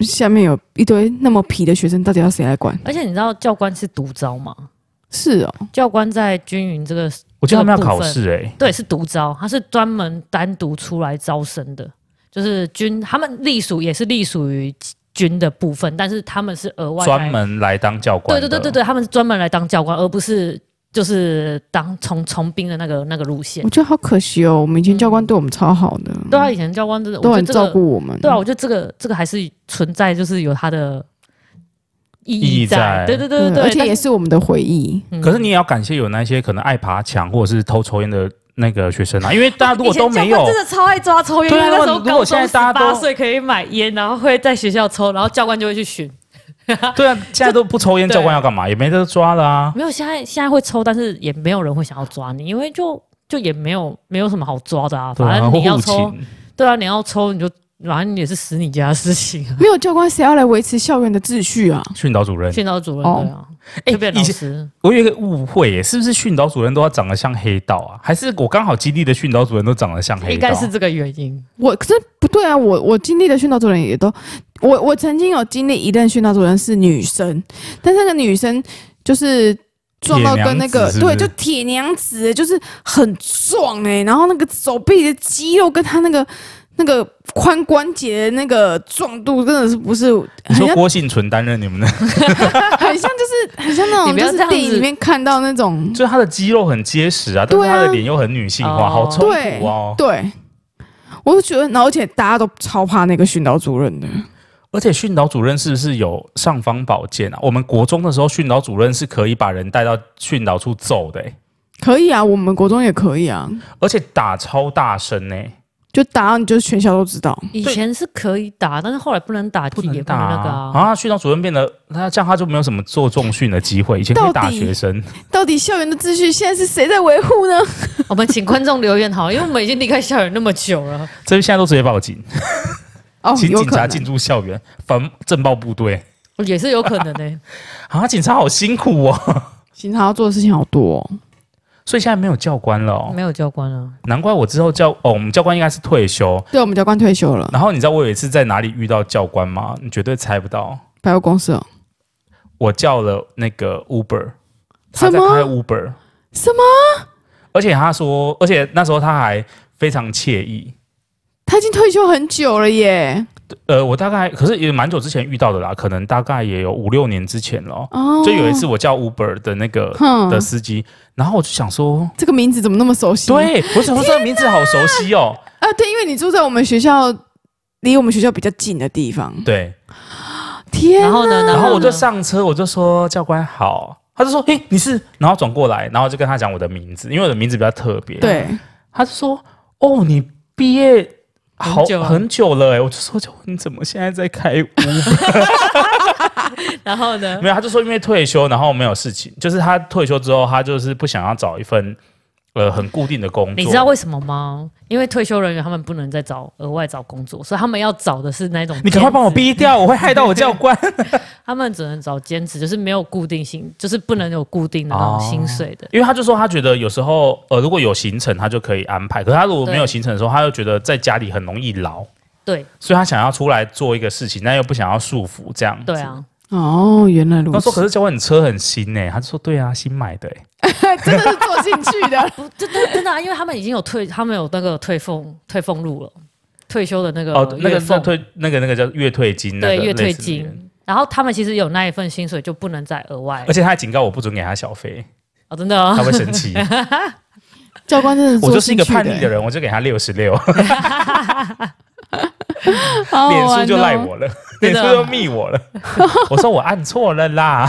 Speaker 3: 下面有一堆那么皮的学生，到底要谁来管？
Speaker 2: 而且你知道教官是独招吗？
Speaker 3: 是哦，
Speaker 2: 教官在军营这个
Speaker 1: 我记得他们要
Speaker 2: 这个部
Speaker 1: 考
Speaker 2: 分
Speaker 1: 试哎、
Speaker 2: 对，是独招，他是专门单独出来招生的，就是军，他们隶属也是隶属于军的部分，但是他们是额外
Speaker 1: 专
Speaker 2: 来，
Speaker 1: 门来当教官
Speaker 2: 对
Speaker 1: 的。
Speaker 2: 对对对对，他们是专门来当教官，而不是就是当从从兵的那个那个路线
Speaker 3: 我。觉得好可惜哦，我们以前教官
Speaker 2: 嗯
Speaker 3: 对我们超好的，
Speaker 2: 对啊，以前教官真的，
Speaker 3: 都
Speaker 2: 我觉
Speaker 3: 很
Speaker 2: 得这
Speaker 3: 照
Speaker 2: 个，
Speaker 3: 顾我们。
Speaker 2: 对啊，我觉得这个这个还是存在，就是有它的意
Speaker 1: 意义
Speaker 2: 义在，
Speaker 1: 在
Speaker 2: 对对对对
Speaker 3: 嗯
Speaker 2: 对，
Speaker 3: 而且
Speaker 2: 但
Speaker 3: 也是我们的回忆。
Speaker 2: 嗯
Speaker 1: 可是你也要感谢有那些可能爱爬墙或者是偷抽烟的那个学生啊，因为大家如果都没
Speaker 2: [LAUGHS] 以前教
Speaker 1: 有
Speaker 2: 官，真的超爱抓抽烟，
Speaker 1: 对啊
Speaker 2: 因为那时候
Speaker 1: 如果
Speaker 2: 高
Speaker 1: 现在
Speaker 2: 中十
Speaker 1: 大家都
Speaker 2: 八岁可以买烟，然后会在学校抽，然后教官就会去巡。 [LAUGHS]
Speaker 1: 对啊，现在都不抽烟，
Speaker 2: 对
Speaker 1: 教官要干嘛？也没得抓了啊。
Speaker 2: 没有，现在现在会抽，但是也没有人会想要抓你，因为就就也没有没有什么好抓的啊，
Speaker 1: 对
Speaker 2: 反
Speaker 1: 啊，
Speaker 2: 正
Speaker 1: 或
Speaker 2: 你要
Speaker 1: 互
Speaker 2: 抽，
Speaker 1: 请，
Speaker 2: 对啊，你要抽你就反正也是死你家的事
Speaker 1: [LAUGHS]
Speaker 2: 情啊。
Speaker 3: 没有教官，谁要来维持校园的秩序啊？
Speaker 1: 训导主任。
Speaker 2: 训导主任
Speaker 3: 哦
Speaker 2: 对啊，特别
Speaker 1: 哎以
Speaker 2: 老
Speaker 1: 前
Speaker 2: 师，
Speaker 1: 我有一个误会耶，是不是训导主任都要长得像黑道啊？还是我刚好基地的训导主任都长得像黑道？
Speaker 2: 应该是这个原因。
Speaker 3: 我可是不对啊，我我经历的训导主任也都，我我曾经有经历一任训导主任是女生，但是那个女生就是撞到跟那个
Speaker 1: 铁娘子是不
Speaker 3: 对，
Speaker 1: 是
Speaker 3: 就铁娘子，欸就是很壮哎、然后那个手臂的肌肉跟她那个那个髋关节的那个壮度真的是不是
Speaker 1: 你
Speaker 3: 很
Speaker 1: 说
Speaker 3: 像
Speaker 1: 郭幸存担任你们的， [LAUGHS]
Speaker 3: 很像就是很像
Speaker 2: [LAUGHS] 你
Speaker 3: 那种
Speaker 2: 不要这
Speaker 3: 就是
Speaker 2: 样子
Speaker 3: 电影里面看到那种
Speaker 1: 就是他的肌肉很结实啊，但是
Speaker 3: 对啊
Speaker 1: 他的脸又很女性化，
Speaker 2: 哦
Speaker 1: 好冲
Speaker 3: 对
Speaker 1: 突哦。
Speaker 3: 对。我就觉得，然后而且大家都超怕那个训导主任的，
Speaker 1: 而且训导主任是不是有尚方宝剑啊？我们国中的时候，训导主任是可以把人带到训导处揍的耶、欸
Speaker 3: 可以啊，我们国中也可以啊，
Speaker 1: 而且打超大声欸呢、
Speaker 3: 就打到你就是全校都知道。
Speaker 2: 以前是可以打，但是后来不能打，
Speaker 1: 不
Speaker 2: 也
Speaker 1: 能
Speaker 2: 不
Speaker 1: 打
Speaker 2: 能那个
Speaker 1: 啊！
Speaker 2: 啊。
Speaker 1: 啊，训导主任变得那这样，他就没有什么做重训的机会。以前可以打
Speaker 3: 到底
Speaker 1: 学生，
Speaker 3: 到底校园的秩序现在是谁在维护呢？
Speaker 2: 我们请观众留言好了，因为我们已经离开校园那么久了。
Speaker 1: 这现在都直接报警，
Speaker 3: 哦，
Speaker 1: 请
Speaker 3: 有
Speaker 1: 警
Speaker 3: 可
Speaker 1: 察进
Speaker 3: 能。
Speaker 1: 驻校园，反政报部队。
Speaker 2: 也是有可能的、
Speaker 1: [LAUGHS] 啊，警察好辛苦哦，
Speaker 3: 警察要做的事情好多、哦，
Speaker 1: 所以现在没有教官了、哦，
Speaker 2: 没有教官啊，
Speaker 1: 难怪我之后教哦，我们教官应该是退休。
Speaker 3: 对我们教官退休了，
Speaker 1: 然后你知道我有一次在哪里遇到教官吗？你绝对猜不到，
Speaker 3: 百货公司哦，
Speaker 1: 我叫了那个 Uber，他
Speaker 3: 什
Speaker 1: 在
Speaker 3: 么
Speaker 1: 开 Uber，
Speaker 3: 什么？
Speaker 1: 而且他说，而且那时候他还非常惬意。
Speaker 3: 他已经退休很久了耶。
Speaker 1: 呃，我大概可是也蛮久之前遇到的啦，可能大概也有五六年之前了哦。
Speaker 3: 哦，
Speaker 1: 就有一次，我叫 Uber 的那个
Speaker 3: 哼
Speaker 1: 的司机，然后我就想说，
Speaker 3: 这个名字怎么那么熟悉？
Speaker 1: 对我想说这个名字好熟悉哦，
Speaker 3: 啊，对，因为你住在我们学校，离我们学校比较近的地方。
Speaker 1: 对，
Speaker 3: 天啊，
Speaker 2: 然后呢，
Speaker 1: 然后我就
Speaker 2: 呢
Speaker 1: 上车，我就说教官好，他就说诶你是，然后转过来，然后就跟他讲我的名字，因为我的名字比较特别，，
Speaker 3: 对，
Speaker 1: 他就说哦你毕业。好
Speaker 2: 很久了
Speaker 1: 很久了哎、我就说教官你怎么现在在开屋？
Speaker 2: [LAUGHS] 然后呢，
Speaker 1: [LAUGHS] 没有，他就说因为退休，然后没有事情，就是他退休之后，他就是不想要找一份呃很固定的工作。
Speaker 2: 你知道为什么吗？因为退休人员他们不能再找额外找工作，所以他们要找的是那种
Speaker 1: 你赶快帮我
Speaker 2: 兼职，
Speaker 1: 逼掉，我会害到我教官。
Speaker 2: 他们只能找兼职，就是没有固定薪，就是不能有固定的那
Speaker 1: 哦
Speaker 2: 种薪水的。
Speaker 1: [LAUGHS] 因为他就说他觉得有时候呃如果有行程他就可以安排，可是他如果没有行程的时候，他又觉得在家里很容易劳，
Speaker 2: 对
Speaker 1: 所以他想要出来做一个事情，但又不想要束缚这样。
Speaker 2: 对。啊，
Speaker 3: 哦，原来如
Speaker 1: 他
Speaker 3: 此
Speaker 1: 说：“可。是教官，你车很新呢、他就说：“对啊，新买的、欸。
Speaker 3: 真的是做进去的，
Speaker 2: 不，真的真的啊，因为他们已经有退，他们有那个退俸退俸入了，退休的那个
Speaker 1: 哦，那
Speaker 2: 月
Speaker 1: 个
Speaker 2: 俸
Speaker 1: 那退那个那个叫月退金，那
Speaker 2: 对
Speaker 1: 个
Speaker 2: 月退
Speaker 1: 类似的人。
Speaker 2: 金。然后他们其实有那一份薪水，就不能再额外
Speaker 1: 而且他还警告我不准给他小费，
Speaker 2: 哦，真的哦、
Speaker 1: 他会生气。
Speaker 3: [LAUGHS] 教官真的
Speaker 1: 我
Speaker 3: 做
Speaker 1: 就是一
Speaker 3: 进
Speaker 1: 个
Speaker 3: 去
Speaker 1: 叛逆的
Speaker 3: 的
Speaker 1: 人，我就给他六十六，
Speaker 2: 哦
Speaker 3: 好好玩
Speaker 1: 脸
Speaker 3: 哦
Speaker 1: 书就赖我了，
Speaker 2: 真
Speaker 1: 脸
Speaker 2: 的
Speaker 1: 书就密我了。我说我按错了啦。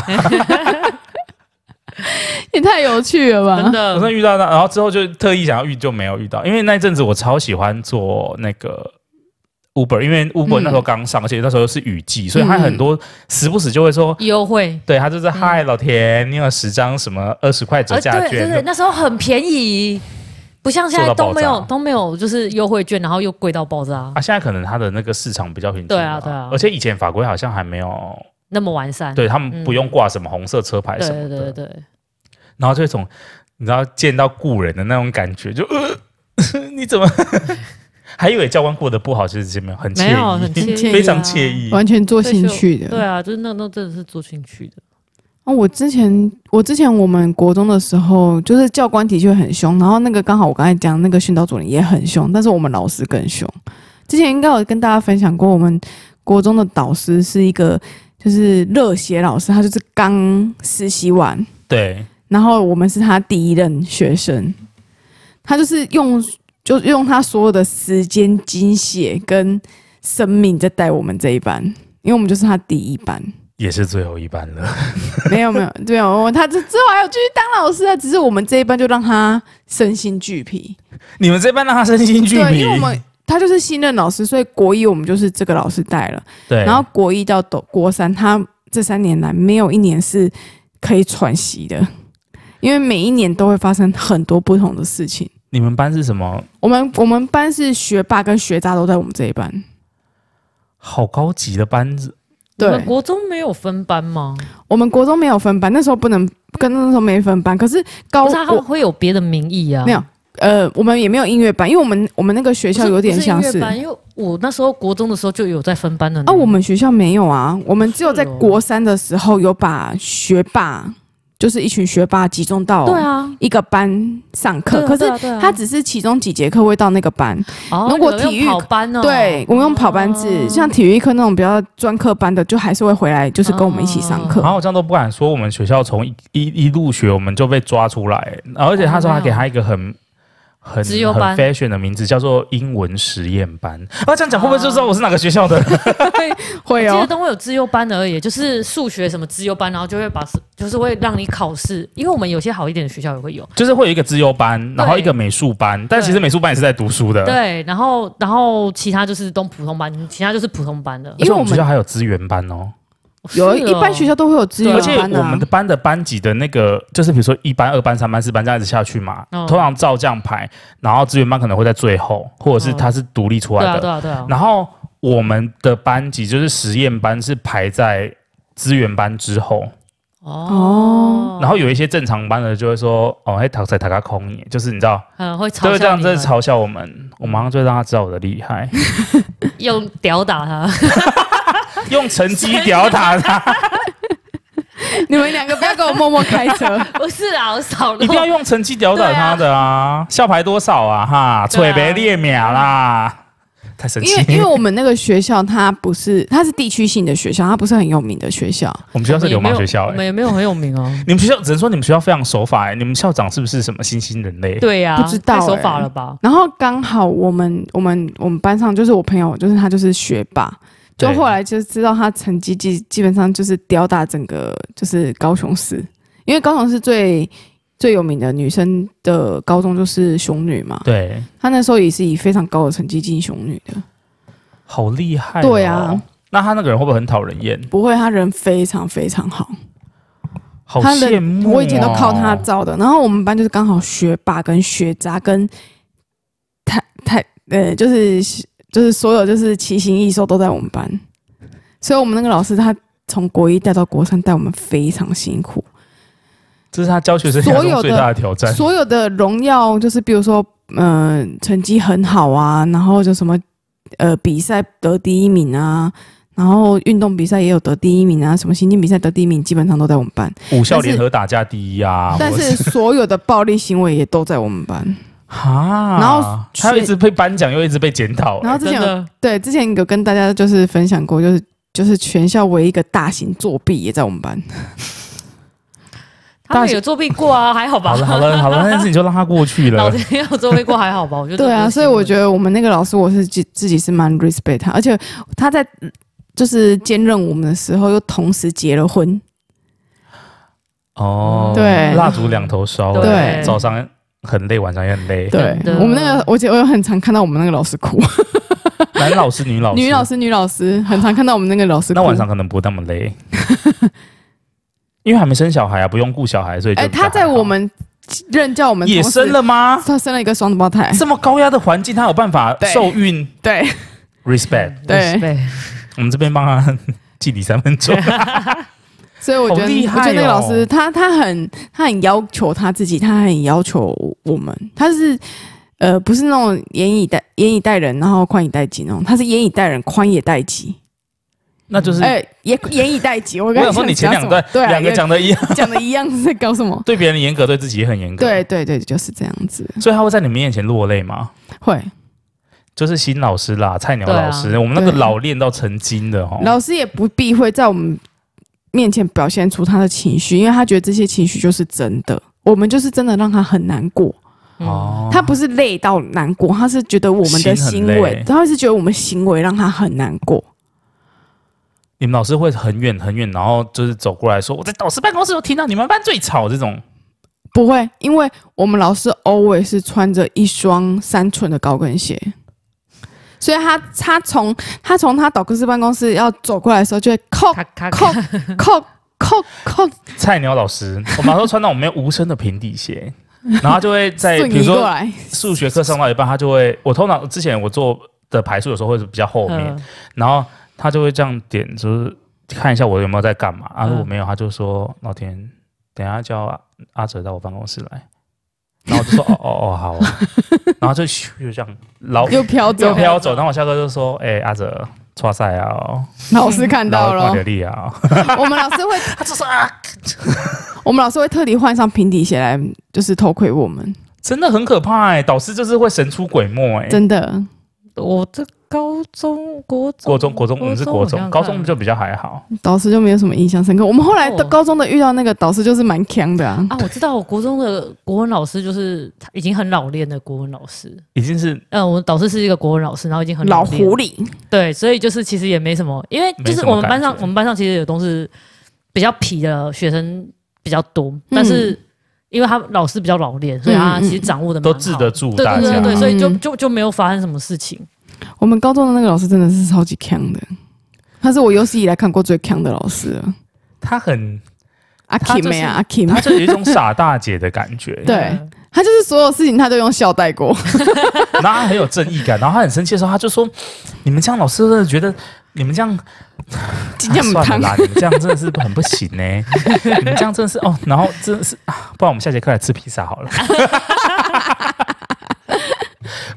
Speaker 3: 也太有趣了吧？
Speaker 2: [LAUGHS]
Speaker 1: 我
Speaker 2: 真的
Speaker 1: 真的遇到那，然后之后就特意想要遇就没有遇到，因为那一阵子我超喜欢做那个 Uber，因为 Uber
Speaker 3: 嗯
Speaker 1: 那时候刚上，而且那时候是雨季，所以
Speaker 2: 嗯
Speaker 1: 它很多时不时就会说，
Speaker 2: 优惠，
Speaker 1: 对，它就是嗨，老田，你有十张什么二十块折
Speaker 2: 呃，
Speaker 1: 价
Speaker 2: 嗯对对对，
Speaker 1: 券，
Speaker 2: 那时候很便宜，不像现在
Speaker 1: 做到
Speaker 2: 都
Speaker 1: 爆
Speaker 2: 没有
Speaker 1: 炸
Speaker 2: 都没有就是优惠券，然后又贵到爆炸，
Speaker 1: 啊，现在可能它的那个市场比较平均，
Speaker 2: 对啊对啊
Speaker 1: 而且以前法规好像还没有，
Speaker 2: 那么完善。
Speaker 1: 对他们不用挂什么红色车牌
Speaker 2: 对
Speaker 1: 什么
Speaker 2: 嗯对
Speaker 1: 的，
Speaker 2: 对对，
Speaker 1: 然后就一种你知道见到故人的那种感觉，就呃， [LAUGHS] 你怎么还以为教官过得不好，其实是没有，很惬
Speaker 2: 没有很
Speaker 1: [LAUGHS] 意，
Speaker 2: 惬意、啊，
Speaker 1: 非常惬意。
Speaker 3: 完全做兴趣的。
Speaker 2: 对啊，就是那那真的是做兴趣的。
Speaker 3: 啊，我之前我之前我们国中的时候，就是教官的确很凶，然后那个刚好我刚才讲那个训导主任也很凶，但是我们老师更凶。之前应该有跟大家分享过，我们国中的导师是一个就是热血老师，他就是刚实习完，
Speaker 1: 对，
Speaker 3: 然后我们是他第一任学生，他就是用就用他所有的时间、精血跟生命在带我们这一班，因为我们就是他第一班。
Speaker 1: 也是最后一班了。 [LAUGHS]
Speaker 3: 没有没有，对哦，他之之后还有继续当老师啊，只是我们这一班就让他身心俱疲。
Speaker 1: 你们这班让他身心俱
Speaker 3: 对，
Speaker 1: 疲
Speaker 3: 因为我，们他就是新任老师，所以国一我们就是这个老师带了，
Speaker 1: 对，
Speaker 3: 然后国一到抖国三，他这三年来没有一年是可以喘息的，因为每一年都会发生很多不同的事情。
Speaker 1: 你们班是什么？
Speaker 3: 我们我们班是学霸跟学渣都在我们这一班，
Speaker 1: 好高级的班子，
Speaker 3: 对
Speaker 2: 我们国中没有分班吗？
Speaker 3: 我们国中没有分班，那时候不能跟那时候没分班，可是高
Speaker 2: 不是啊，他
Speaker 3: 哦我
Speaker 2: 们会有别的名义啊。
Speaker 3: 没有呃，我们也没有音乐班，因为我们我们那个学
Speaker 2: 不是，
Speaker 3: 校有点像
Speaker 2: 不是
Speaker 3: 是
Speaker 2: 音乐班，因为我那时候国中的时候就有在分班的呢。
Speaker 3: 啊，我们学校没有啊，我们只有在
Speaker 2: 是哦
Speaker 3: 国三的时候有把学霸，就是一群学霸集中到
Speaker 2: 对啊，
Speaker 3: 一个班上课，
Speaker 2: 对啊
Speaker 3: 哦可是
Speaker 2: 对啊对啊
Speaker 3: 他只是其中几节课会到那个班，
Speaker 2: 哦
Speaker 3: 如果
Speaker 2: 你们用
Speaker 3: 体育
Speaker 2: 跑班哦，
Speaker 3: 对我们用跑班制，哦像体育课那种比较专科班的，就还是会回来，就是跟我们一起上课。
Speaker 1: [LAUGHS] 然后我这样都不敢说，我们学校从一一一入学我们就被抓出来，而且他说他给他一个很。很
Speaker 2: 自由
Speaker 1: 很
Speaker 2: 班
Speaker 1: fashion 的名字叫做英文实验班啊，这样讲会不会就知道我是哪个学校的？
Speaker 3: 会
Speaker 2: 我记得
Speaker 3: 哦，
Speaker 2: 都会有资优班而已，就是数学什么资优班，然后就会把就是会让你考试，因为我们有些好一点的学校也会有。
Speaker 1: 就是会有一个自由班，然后一个美术班，但其实美术班也是在读书的。，
Speaker 2: 对，然后然后其他就是都普通班，其他就是普通班的。
Speaker 1: 而
Speaker 3: 因
Speaker 1: 且
Speaker 3: 为
Speaker 1: 我
Speaker 3: 我
Speaker 1: 们学
Speaker 3: 们
Speaker 1: 校还有资源班哦，
Speaker 3: 有
Speaker 2: 是哦
Speaker 3: 一般学校都会有资源
Speaker 1: 而且
Speaker 3: 班
Speaker 1: 我们
Speaker 3: 啊
Speaker 1: 的。班的班级的那个，就是比如说一班、二班、三班、四班这样子下去嘛，
Speaker 2: 嗯
Speaker 1: 通常照这样排，然后资源班可能会在最后，或者是它是独立出
Speaker 2: 对
Speaker 1: 来
Speaker 2: 啊
Speaker 1: 的。
Speaker 2: 对啊对啊，
Speaker 1: 然后我们的班级就是实验班是排在资源班之后，
Speaker 2: 哦，
Speaker 1: 然后有一些正常班的就会说，哦，哎，塔在塔卡空你，就是你知
Speaker 2: [LAUGHS]
Speaker 1: 道，
Speaker 2: 嗯会
Speaker 1: 就
Speaker 2: 嘲
Speaker 1: 会这
Speaker 2: 笑
Speaker 1: 样
Speaker 2: 你
Speaker 1: 子
Speaker 2: 们，嗯
Speaker 1: 嘲笑我们，我马上就会让他知道我的厉害，
Speaker 2: 用屌打他。 [LAUGHS]
Speaker 1: 用成绩吊打他。
Speaker 3: 你们两个不要给我默默开
Speaker 1: [LAUGHS]
Speaker 3: 车，
Speaker 2: 不是啊，我少了
Speaker 1: 一定要用成绩吊打他的啊！校牌多少啊？哈，
Speaker 2: 对
Speaker 1: 翠
Speaker 2: 啊
Speaker 1: 别列秒啦！太神
Speaker 3: 因
Speaker 1: 奇
Speaker 3: 为，因为我们那个学校它不是它是地区性的学校，它不是很有名的学校。
Speaker 1: [LAUGHS] 我们学校是流氓学校
Speaker 2: 我们
Speaker 1: 哎，
Speaker 2: 也没有很有名哦。
Speaker 1: 你们学校只能说你们学校非常守法哎，你们校长是不是什么新兴人类？
Speaker 2: 对呀、
Speaker 3: 不知道
Speaker 2: 太守
Speaker 3: 欸
Speaker 2: 法了吧？
Speaker 3: 然后刚好我们我们我们班上就是我朋友，就是他就是学霸，就
Speaker 1: 对
Speaker 3: 后来就知道他成绩基基本上就是吊打整个就是高雄市，因为高雄市最最有名的女生的高中就是雄女嘛，
Speaker 1: 对，
Speaker 3: 她那时候也是以非常高的成绩进雄女的，
Speaker 1: 好厉害！哦
Speaker 3: 对啊，
Speaker 1: 那他那个人会不会很讨人厌？
Speaker 3: 不会，她人非常非常好，
Speaker 1: 好
Speaker 3: 她
Speaker 1: 羡
Speaker 3: 人
Speaker 1: 慕哦！
Speaker 3: 我以前都靠她造的，然后我们班就是刚好学霸跟学渣跟太太呃就是就是所有就是奇形异兽都在我们班，所以我们那个老师他从国一带到国三带我们非常辛苦，
Speaker 1: 这是他教学生涯
Speaker 3: 所有
Speaker 1: 中
Speaker 3: 的
Speaker 1: 最大的挑战。
Speaker 3: 所有的荣耀就是比如说嗯、呃成绩很好啊，然后就什么呃比赛得第一名啊。然后运动比赛也有得第一名啊，什么行进比赛得第一名，基本上都在我们班。
Speaker 1: 武校联合打架第一啊！
Speaker 3: 但
Speaker 1: 我
Speaker 3: 是所有的暴力行为也都在我们班。
Speaker 1: 哈，
Speaker 3: 然后
Speaker 1: 他又一直被颁奖，又一直被检讨。
Speaker 3: 然后之
Speaker 2: 真
Speaker 3: 前有
Speaker 2: 的，
Speaker 3: 对之前有跟大家就是分享过，就是就是全校唯一一个大型作弊也在我们班。
Speaker 2: 他们有作弊过啊，还好
Speaker 1: [LAUGHS]
Speaker 2: 吧？
Speaker 1: 好了好了好了，那件事情就让他过去
Speaker 2: [LAUGHS] 老
Speaker 1: 了。
Speaker 2: 子也有作弊过，还好吧？我觉得
Speaker 3: 对啊，所以我觉
Speaker 2: 得
Speaker 3: 得我们那个老师，我是自自己是蛮 respect 他，而且他在嗯就是兼任我们的时候，又同时结了婚。
Speaker 1: 哦，
Speaker 3: 对
Speaker 1: 蜡烛两头烧，
Speaker 2: 对
Speaker 1: 哎早上很累，晚上也很累。
Speaker 3: 对
Speaker 2: 真的
Speaker 3: 我们那个，我记得我有很常看到我们那个老师哭，
Speaker 1: 男老师、女老师，
Speaker 3: 女老师，女老师，很常看到我们那个老师哭。
Speaker 1: 那晚上可能不那么
Speaker 3: [LAUGHS]
Speaker 1: 累，因为还没生小孩啊，不用顾小孩，所以就
Speaker 3: 哎、
Speaker 1: 比较
Speaker 3: 他在
Speaker 1: 还好
Speaker 3: 我们任教我们
Speaker 1: 也
Speaker 3: 同时
Speaker 1: 生，了吗？
Speaker 3: 他生了一个双胞胎。
Speaker 1: [LAUGHS] 这么高压的环境，他有办法
Speaker 3: 对
Speaker 1: 受孕
Speaker 3: 对，
Speaker 1: ？Respect，
Speaker 3: 对
Speaker 2: 对，
Speaker 1: 我们这边帮他 [LAUGHS] 记你三分钟。
Speaker 3: 所以我觉得，
Speaker 1: 好厉害
Speaker 3: 我觉得那个
Speaker 1: 哦
Speaker 3: 老师他他很他很要求他自己，他很要求我们，他是。呃，不是那种严以待严以待人，然后宽以待己那种，他是严以待人，宽以待己。
Speaker 1: [LAUGHS] 那就是，
Speaker 3: 哎、严严以待己。我
Speaker 1: 我
Speaker 3: 刚才
Speaker 1: 想说你前两段
Speaker 3: 讲什么对啊、
Speaker 1: 两个讲的一样，
Speaker 3: 也 [LAUGHS] 讲的一样是在搞什么？
Speaker 1: 对别人严格， [LAUGHS] 对自己也很严格。
Speaker 3: 对，对对，就是这样子。
Speaker 1: 所以他会在你们面前落泪吗？
Speaker 3: 会，
Speaker 1: 就是新老师啦，菜鸟
Speaker 2: 对啊
Speaker 1: 老师，我们那个
Speaker 3: 对
Speaker 1: 老练到成精的哦。
Speaker 3: 老师也不避讳在我们面前表现出他的情绪，因为他觉得这些情绪就是真的。我们就是真的让他很难过，
Speaker 1: 哦
Speaker 2: 嗯，
Speaker 3: 他不是累到难过，他是觉得我们
Speaker 1: 心
Speaker 3: 的行
Speaker 1: 很累
Speaker 3: 为，他是觉得我们行为让他很难过。
Speaker 1: 你们老师会很远很远，然后就是走过来说：“我在导师办公室有听到你们班最吵。”这种
Speaker 3: 不会，因为我们老师 always 是穿着一双三寸的高跟鞋，所以他他从他从他导师办公室要走过来的时候，就会扣
Speaker 2: 咔咔
Speaker 3: 扣
Speaker 2: 咔，
Speaker 3: 扣扣扣
Speaker 1: 菜鸟老师，我们老师穿那种没有无声的平底
Speaker 3: [LAUGHS]
Speaker 1: 鞋，然后他就会在
Speaker 3: 瞬
Speaker 1: 比如
Speaker 3: 移过
Speaker 1: 说
Speaker 3: 来，
Speaker 1: 数学课上到一半，他就会我通常之前我做的排数有时候会是比较后面，
Speaker 2: 嗯
Speaker 1: 然后他就会这样点，就是看一下我有没有在干嘛啊。
Speaker 2: 嗯
Speaker 1: 如果没有，他就说：“老田，等一下叫阿阿哲到我办公室来。”然后我就说：“哦哦哦，好啊。”然后就咻就这样老
Speaker 3: 又飘走
Speaker 1: 又，飘走。然后我下课就说：“哎、阿哲，错赛啊、哦，
Speaker 3: 老师看
Speaker 1: 然
Speaker 3: 到
Speaker 1: 后
Speaker 3: 了
Speaker 1: 挂点，力啊、哦。
Speaker 3: 我们老师会，”
Speaker 1: 他就说：“啊，
Speaker 3: 我们老师会特地换上平底鞋来，就是偷窥我们，
Speaker 1: 真的很可怕哎、导师就是会神出鬼没哎、
Speaker 3: 真的。
Speaker 2: 我这高中国中
Speaker 1: 国中国中我们是国
Speaker 2: 我想
Speaker 1: 中，
Speaker 2: 想
Speaker 1: 高中就比较还好。
Speaker 3: 导师就没有什么印象深刻。我们后来
Speaker 2: 哦
Speaker 3: 到高中的遇到那个导师就是蛮强的啊，
Speaker 2: 啊，我知道，我国中的国文老师就是他已经很老练的国文老师。
Speaker 1: 已经是
Speaker 2: 嗯，我们导师是一个国文老师，然后已经很
Speaker 3: 老
Speaker 2: 练了
Speaker 3: 狐狸，
Speaker 2: 对，所以就是其实也没什么，因为就
Speaker 1: 没什
Speaker 2: 是
Speaker 1: 么
Speaker 2: 我们班上
Speaker 1: 感觉
Speaker 2: 我们班上其实有都是比较皮的学生比较
Speaker 3: 嗯
Speaker 2: 多，但是因为他老师比较老练，所以他其实掌握的
Speaker 1: 都治得住
Speaker 2: 对
Speaker 1: 大
Speaker 2: 对
Speaker 1: 家，
Speaker 2: 对对，所以就
Speaker 3: 嗯
Speaker 2: 就就没有发生什么事情。
Speaker 3: 我们高中的那个老师真的是超级强的，他是我有史以来看过最强的老师了。
Speaker 1: 他很
Speaker 3: 阿
Speaker 1: 他
Speaker 3: Kim
Speaker 1: 就是
Speaker 3: 妹啊，阿 Kim，
Speaker 1: 他就有一种傻大姐的感觉。
Speaker 3: 对
Speaker 2: 嗯
Speaker 3: 他就是所有事情他都用笑带过，
Speaker 1: [LAUGHS] 然后他很有正义感，然后他很生气的时候，他就说：“你们这样，老师真的觉得你们这样，
Speaker 3: 今天
Speaker 1: 啊
Speaker 3: 我
Speaker 1: 算了
Speaker 3: 们看
Speaker 1: 啦，你们这样真的是很不行呢、 [LAUGHS] 你们这样真的是哦，然后真的是啊，不然我们下节课来吃披萨好了。 [LAUGHS]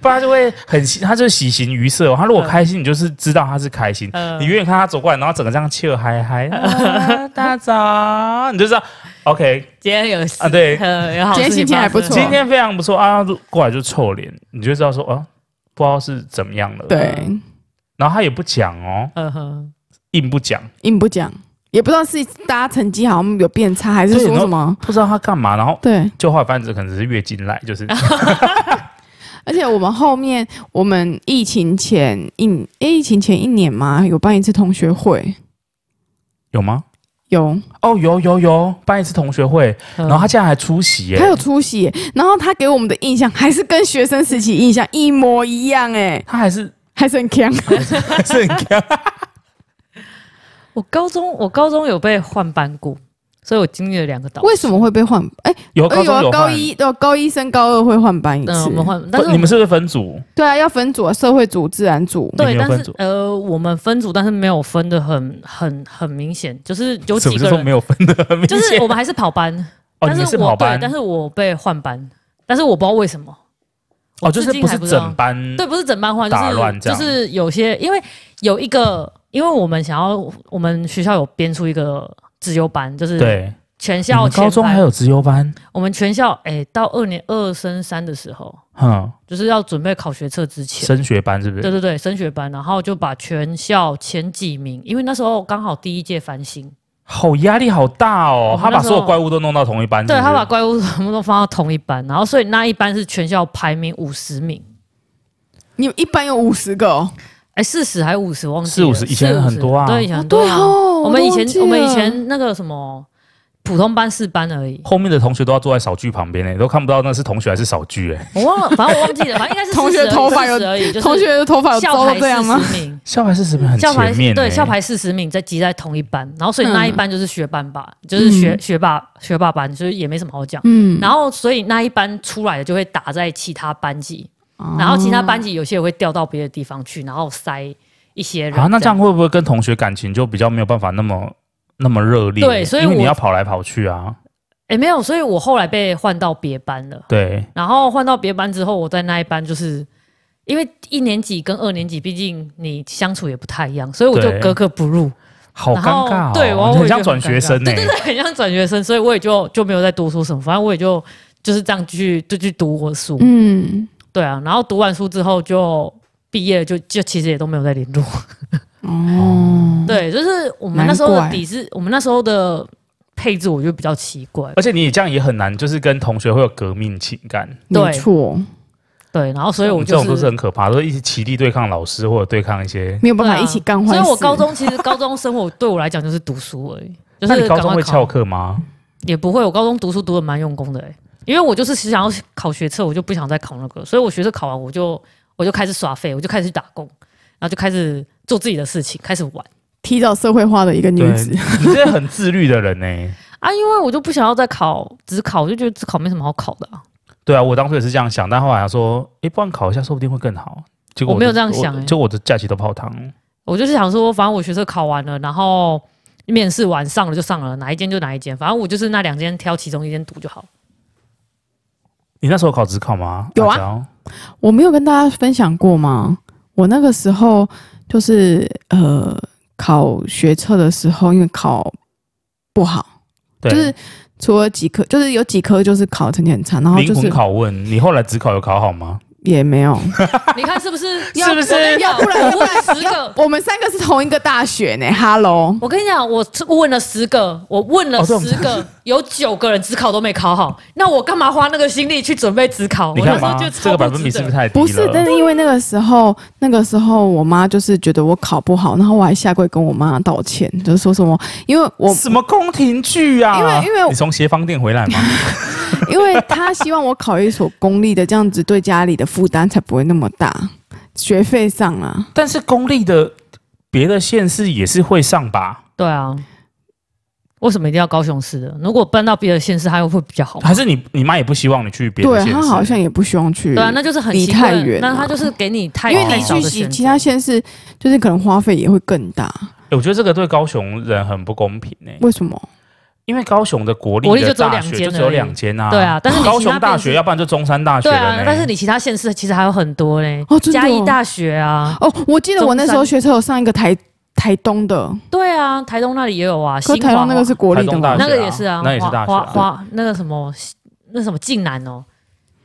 Speaker 1: 不然他就会很喜，他就喜形于色、哦。他如果开心，你就是知道他是开心。
Speaker 2: 嗯
Speaker 1: 你远远看他走过来，然后整个这样气嗨嗨，啊大早，你就知道 OK
Speaker 2: 今天有
Speaker 1: 啊，对，
Speaker 2: 呃， [LAUGHS] 有好
Speaker 3: 今天
Speaker 2: 事
Speaker 3: 心情
Speaker 2: 发
Speaker 3: 还不
Speaker 2: 生
Speaker 3: 错
Speaker 1: 今天非常不错啊，过来就臭脸，你就知道说啊，不知道是怎么样了。
Speaker 3: 对，
Speaker 1: 然后他也不讲哦，
Speaker 2: 嗯哼，
Speaker 1: 硬不讲，
Speaker 3: 硬不讲，也不知道是大家成绩好像有变差，还是
Speaker 1: 对
Speaker 3: 说
Speaker 1: 然后
Speaker 3: 什么。
Speaker 1: 不知道他干嘛，然后
Speaker 3: 对，
Speaker 1: 就后来反正可能只是月经来，
Speaker 2: [LAUGHS]
Speaker 1: 就是
Speaker 3: 而且我们后面我们疫情前一诶疫情前一年嘛，有办一次同学会，
Speaker 1: 有吗？
Speaker 3: 有
Speaker 1: 哦，有有有，办一次同学会，
Speaker 2: 嗯
Speaker 1: 然后他竟然还出席耶
Speaker 3: 他！有出席耶，然后他给我们的印象还是跟学生时期印象一模一样，哎，
Speaker 1: 他还
Speaker 2: [LAUGHS]
Speaker 1: 是
Speaker 3: 还是很强。
Speaker 1: 还是很
Speaker 2: 哎
Speaker 1: 尴尬
Speaker 2: 我高中我高中有被换班过，所以我经历了两个导师。
Speaker 3: 为什么会被换？哎，
Speaker 1: 有高
Speaker 3: 呃有
Speaker 1: 中
Speaker 3: 啊
Speaker 1: 有
Speaker 3: 高
Speaker 1: 换
Speaker 3: 一有高一升高二会换班一
Speaker 2: 嗯，
Speaker 3: 次
Speaker 2: 我，们换，但是
Speaker 1: 不
Speaker 2: 我
Speaker 1: 哦你们是不是分组？
Speaker 3: 对啊，要分组啊，社会组、自然组。
Speaker 1: 你
Speaker 2: 对，
Speaker 1: 们有
Speaker 2: 但
Speaker 1: 分
Speaker 2: 是
Speaker 1: 组
Speaker 2: 呃，我们分组，但是没有分的很很很明显，就是有
Speaker 1: 什
Speaker 2: 几
Speaker 1: 么
Speaker 2: 个
Speaker 1: 时候
Speaker 2: 人
Speaker 1: 没，有分的很明
Speaker 2: 就
Speaker 1: 显？
Speaker 2: 是我们还是跑班，
Speaker 1: [LAUGHS] 哦，你
Speaker 2: 但
Speaker 1: 们
Speaker 2: 是
Speaker 1: 是
Speaker 2: 我
Speaker 1: 跑班
Speaker 2: 对，，但是我被换班，但是我不知道为什么。
Speaker 1: 哦，
Speaker 2: 我
Speaker 1: 就
Speaker 2: 至
Speaker 1: 是
Speaker 2: 今
Speaker 1: 不
Speaker 2: 还
Speaker 1: 是
Speaker 2: 知道
Speaker 1: 整班
Speaker 2: 对，不是整班换，就
Speaker 1: 嗯打乱
Speaker 2: 是
Speaker 1: 这样
Speaker 2: 就是有些，因为有一个，因为我们想要，我们学校有编出一个自由班，就是
Speaker 1: 对，
Speaker 2: 全
Speaker 1: 你
Speaker 2: 校
Speaker 1: 们
Speaker 2: 前
Speaker 1: 高中
Speaker 2: 班
Speaker 1: 还有资优班，
Speaker 2: 我们全校哎、到二年二升三的时候，
Speaker 1: 哼，
Speaker 2: 就是要准备考学测之前，
Speaker 1: 升学班是不
Speaker 2: 对
Speaker 1: 是？
Speaker 2: 对对，升学班，然后就把全校前几名，因为那时候刚好第一届翻新，
Speaker 1: 嗯好压力好大哦，
Speaker 2: 我们
Speaker 1: 他把
Speaker 2: 那时
Speaker 1: 所
Speaker 2: 候
Speaker 1: 有怪物都弄到同一班，
Speaker 2: 对
Speaker 1: 是不
Speaker 2: 他
Speaker 1: 是
Speaker 2: 把怪物全部都放到同一班，然后所以那一班是全校排名五十名，
Speaker 3: 你一般有五十个哦，
Speaker 2: 哎，四十还五十忘记
Speaker 1: 四
Speaker 2: 了，
Speaker 1: 五十以前
Speaker 2: 40
Speaker 1: 很多啊
Speaker 2: 对，以前
Speaker 3: 哦
Speaker 2: 很多
Speaker 3: 对
Speaker 2: 啊、
Speaker 3: 哦，
Speaker 2: 我们以
Speaker 3: 都忘记
Speaker 2: 前我们以
Speaker 3: 了
Speaker 2: 前那个什么。普通班四班而已，
Speaker 1: 后面的同学都要坐在小剧旁边呢、欸都看不到那是同学还是小剧哎、
Speaker 2: 我忘了，反正我忘记了，反正应该是
Speaker 3: [LAUGHS] 同学
Speaker 2: 40而已
Speaker 3: 头发有
Speaker 2: 40而已，就是
Speaker 3: 同学的头发有
Speaker 2: 校
Speaker 3: 糟
Speaker 2: 排
Speaker 3: 到这样吗？
Speaker 2: 40名
Speaker 1: 校牌是什么很
Speaker 2: 校牌
Speaker 1: 前面、欸、
Speaker 2: 对校牌四十名再集在同一班，然后所以那一
Speaker 3: 嗯
Speaker 2: 班就是学班吧，就是学
Speaker 3: 嗯
Speaker 2: 学霸学霸班，就是也没什么好讲。
Speaker 3: 嗯，
Speaker 2: 然后所以那一班出来的就会打在其他班级，
Speaker 3: 哦
Speaker 2: 然后其他班级有些也会调到别的地方去，然后塞一些人。
Speaker 1: 啊，那这样会不会跟同学感情就比较没有办法那么那么热烈？
Speaker 2: 对所以
Speaker 1: 因为
Speaker 2: 我
Speaker 1: 你要跑来跑去啊，
Speaker 2: 哎没有，所以我后来被换到别班了。
Speaker 1: 对，
Speaker 2: 然后换到别班之后，我在那一班就是。因为一年级跟二年级，毕竟你相处也不太一样，所以我就
Speaker 1: 对
Speaker 2: 格格不入。
Speaker 1: 好
Speaker 2: 然
Speaker 1: 尴
Speaker 2: 后
Speaker 1: 尬、哦，
Speaker 2: 对我
Speaker 1: 你
Speaker 2: 我也
Speaker 1: 很像
Speaker 2: 觉得
Speaker 1: 转
Speaker 2: 很尴
Speaker 1: 学
Speaker 2: 尬
Speaker 1: 生欸呢、
Speaker 2: 对，很像转学生，所以我也就就没有再多说什么，反正我也就就是这样去就去读我的书，
Speaker 3: 嗯，
Speaker 2: 对啊，然后读完书之后就毕业了，就就其实也都没有再
Speaker 3: [LAUGHS]
Speaker 2: 联络。
Speaker 3: 哦，
Speaker 2: 对，就是我们那时候
Speaker 3: 难
Speaker 2: 的
Speaker 3: 怪
Speaker 2: 底是，我们那时候的配置，我觉得比较奇怪，
Speaker 1: 而且你这样也很难，就是跟同学会有革命情感，
Speaker 2: 对
Speaker 3: 没错，
Speaker 2: 对，然后所以我
Speaker 1: 这
Speaker 2: 就
Speaker 1: 种都是
Speaker 2: 是。
Speaker 1: 很可怕，都一起齐力对抗老师或者对抗一些。
Speaker 3: 没有办
Speaker 2: 对
Speaker 3: 法
Speaker 2: 啊
Speaker 3: 一起干坏
Speaker 2: 所
Speaker 3: 事。
Speaker 2: 以我高中其实高中生活对我来讲就是读书
Speaker 1: [LAUGHS]
Speaker 2: 而已，就
Speaker 1: 那你
Speaker 2: 是
Speaker 1: 高
Speaker 2: 赶
Speaker 1: 中
Speaker 2: 快
Speaker 1: 会
Speaker 2: 考
Speaker 1: 翘课吗？
Speaker 2: 也不会，我高中读书读的蛮用功的、欸，因为我就是想要考学测，我就不想再考那个，所以我学测考完，我就我就开始耍废，我就开始去打工，然后就开始做自己的事情，开始玩
Speaker 3: 提早社会化的一个女
Speaker 1: 对，
Speaker 3: 子，
Speaker 1: 你这很自律的人欸呢、
Speaker 2: 啊，因为我就不想要再考只考，我就觉得只考没什么好考的、啊，
Speaker 1: 对啊，我当初也是这样想，但后来想说，诶，不然考一下，说不定会更好。结果
Speaker 2: 我没有
Speaker 1: 的
Speaker 2: 这样
Speaker 1: 我
Speaker 2: 想欸
Speaker 1: 就我的假期都泡汤。
Speaker 2: 我就是想说，反正我学测考完了，然后面试完上了就上了，哪一间就哪一间，反正我就是那两间挑其中一间读就好。
Speaker 1: 你那时候考职考吗？
Speaker 3: 有啊
Speaker 1: 阿娇，
Speaker 3: 我没有跟大家分享过吗？我那个时候就是呃考学测的时候，因为考不好，
Speaker 1: 对，
Speaker 3: 就是除了几科，就是有几科就是考成绩很差，然后
Speaker 1: 灵
Speaker 3: 哦就
Speaker 1: 魂
Speaker 3: 是
Speaker 1: 拷问。你后来职考有考好吗？
Speaker 3: 也没有。
Speaker 2: 你看是不是？
Speaker 1: 是不是
Speaker 2: 我跟你讲
Speaker 3: 要不然
Speaker 2: 我问了十个，
Speaker 3: 我们三个是同一个大学
Speaker 1: [LAUGHS]
Speaker 3: 呢，Hello，
Speaker 2: 我跟你讲，我问了十个，我问了
Speaker 1: 哦对我们
Speaker 2: 十个，有九个人职考都没考好，那我干嘛花那个心力去准备职考？
Speaker 1: 你
Speaker 2: 我那
Speaker 1: 看
Speaker 2: 时
Speaker 1: 吗
Speaker 2: 候就？
Speaker 1: 这
Speaker 2: 超
Speaker 1: 个百
Speaker 2: 不
Speaker 1: 分
Speaker 2: 值
Speaker 1: 比是不是
Speaker 2: 得。
Speaker 1: 太低了？
Speaker 3: 不是，但是因为那个时候，那个时候我妈就是觉得我考不好，然后我还下跪跟我妈道歉，就是说什么，因为我
Speaker 1: 什么宫廷剧啊？
Speaker 3: 因为因为
Speaker 1: 你从协方店回来吗？
Speaker 3: 因为她希望我考一所公立的，这样子对家里的负担才不会那么大，学费上啊，
Speaker 1: 但是公立的别的县市也是会上吧？
Speaker 2: 对啊，为什么一定要高雄市的？如果搬到别的县市，它又会比较好。
Speaker 1: 还是你你妈也不希望你去别的
Speaker 3: 对
Speaker 1: 县市？
Speaker 3: 她好像也不希望去，
Speaker 2: 对啊，那就是很
Speaker 3: 离
Speaker 2: 奇怪
Speaker 3: 太远
Speaker 2: 那
Speaker 3: 了
Speaker 2: 他就是给你太
Speaker 3: 因为
Speaker 2: 太
Speaker 3: 你
Speaker 2: 少
Speaker 3: 去
Speaker 2: 的
Speaker 3: 其
Speaker 2: 选
Speaker 3: 其
Speaker 2: 择。
Speaker 3: 他县市，就是可能花费也会更大，
Speaker 1: 欸我觉得这个对高雄人很不公平欸诶、
Speaker 3: 为什么？
Speaker 1: 因为高雄的国
Speaker 2: 国
Speaker 1: 立
Speaker 2: 立
Speaker 1: 的
Speaker 2: 就只有
Speaker 1: 大
Speaker 2: 两
Speaker 1: 学
Speaker 2: 间
Speaker 1: 就只有
Speaker 2: 而已
Speaker 1: 两间啊。
Speaker 2: 对啊，，但是你其他
Speaker 1: 高雄大
Speaker 2: 县
Speaker 1: 学
Speaker 2: 市
Speaker 1: 要不然就中山大学
Speaker 2: 对
Speaker 1: 了呢、
Speaker 2: 啊，但是你其他县市其实还有很多嘞，
Speaker 3: 哦真的哦
Speaker 2: 嘉义大学啊，
Speaker 3: 哦，我记得我那时候学车有上一个台台东的，
Speaker 2: 对啊，台东那里也有啊，
Speaker 3: 可
Speaker 2: 新
Speaker 3: 是台
Speaker 2: 华
Speaker 3: 东那个是国立的
Speaker 1: 台
Speaker 3: 吗
Speaker 1: 东大？学
Speaker 2: 那
Speaker 1: 啊
Speaker 2: 个也是啊，
Speaker 1: 那也是大学啊
Speaker 2: 华华华那个什么那什么晋南哦，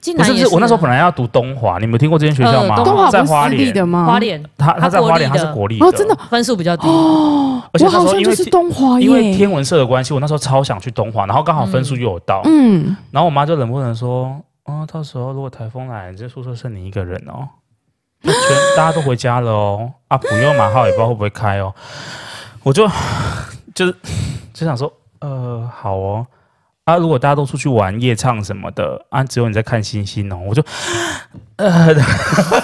Speaker 2: 晋
Speaker 1: 不
Speaker 2: 南
Speaker 1: 是
Speaker 2: 也啊
Speaker 1: 不是，我那时候本
Speaker 2: 来
Speaker 1: 来要读东华，你们有听过这间学校吗？
Speaker 2: 呃
Speaker 3: 东华
Speaker 1: 在
Speaker 3: 不是
Speaker 1: 花
Speaker 3: 私立
Speaker 1: 莲，
Speaker 3: 的吗？
Speaker 2: 花莲
Speaker 1: 他他在花莲，
Speaker 2: 它
Speaker 1: 他
Speaker 2: 国立的
Speaker 1: 是国立
Speaker 3: 哦，真的，
Speaker 2: 分数比较低，
Speaker 1: 而且那
Speaker 3: 我
Speaker 1: 时
Speaker 3: 好
Speaker 1: 候
Speaker 3: 像
Speaker 1: 因
Speaker 3: 就
Speaker 1: 为
Speaker 3: 是
Speaker 1: 天
Speaker 3: 东华耶，
Speaker 1: 因为天文社的关系，我那时候超想去东华，然后刚好分数又有到，
Speaker 3: 嗯，
Speaker 1: 然后我妈就冷不冷说，啊，到时候如果台风来，这宿舍剩你一个人哦，那全 [LAUGHS] 大家都回家了哦，啊，普悠玛号也不知道会不会开哦，我就就是就想说，呃，好哦。啊！如果大家都出去玩、夜唱什么的，啊，只有你在看星星哦，我就，呃，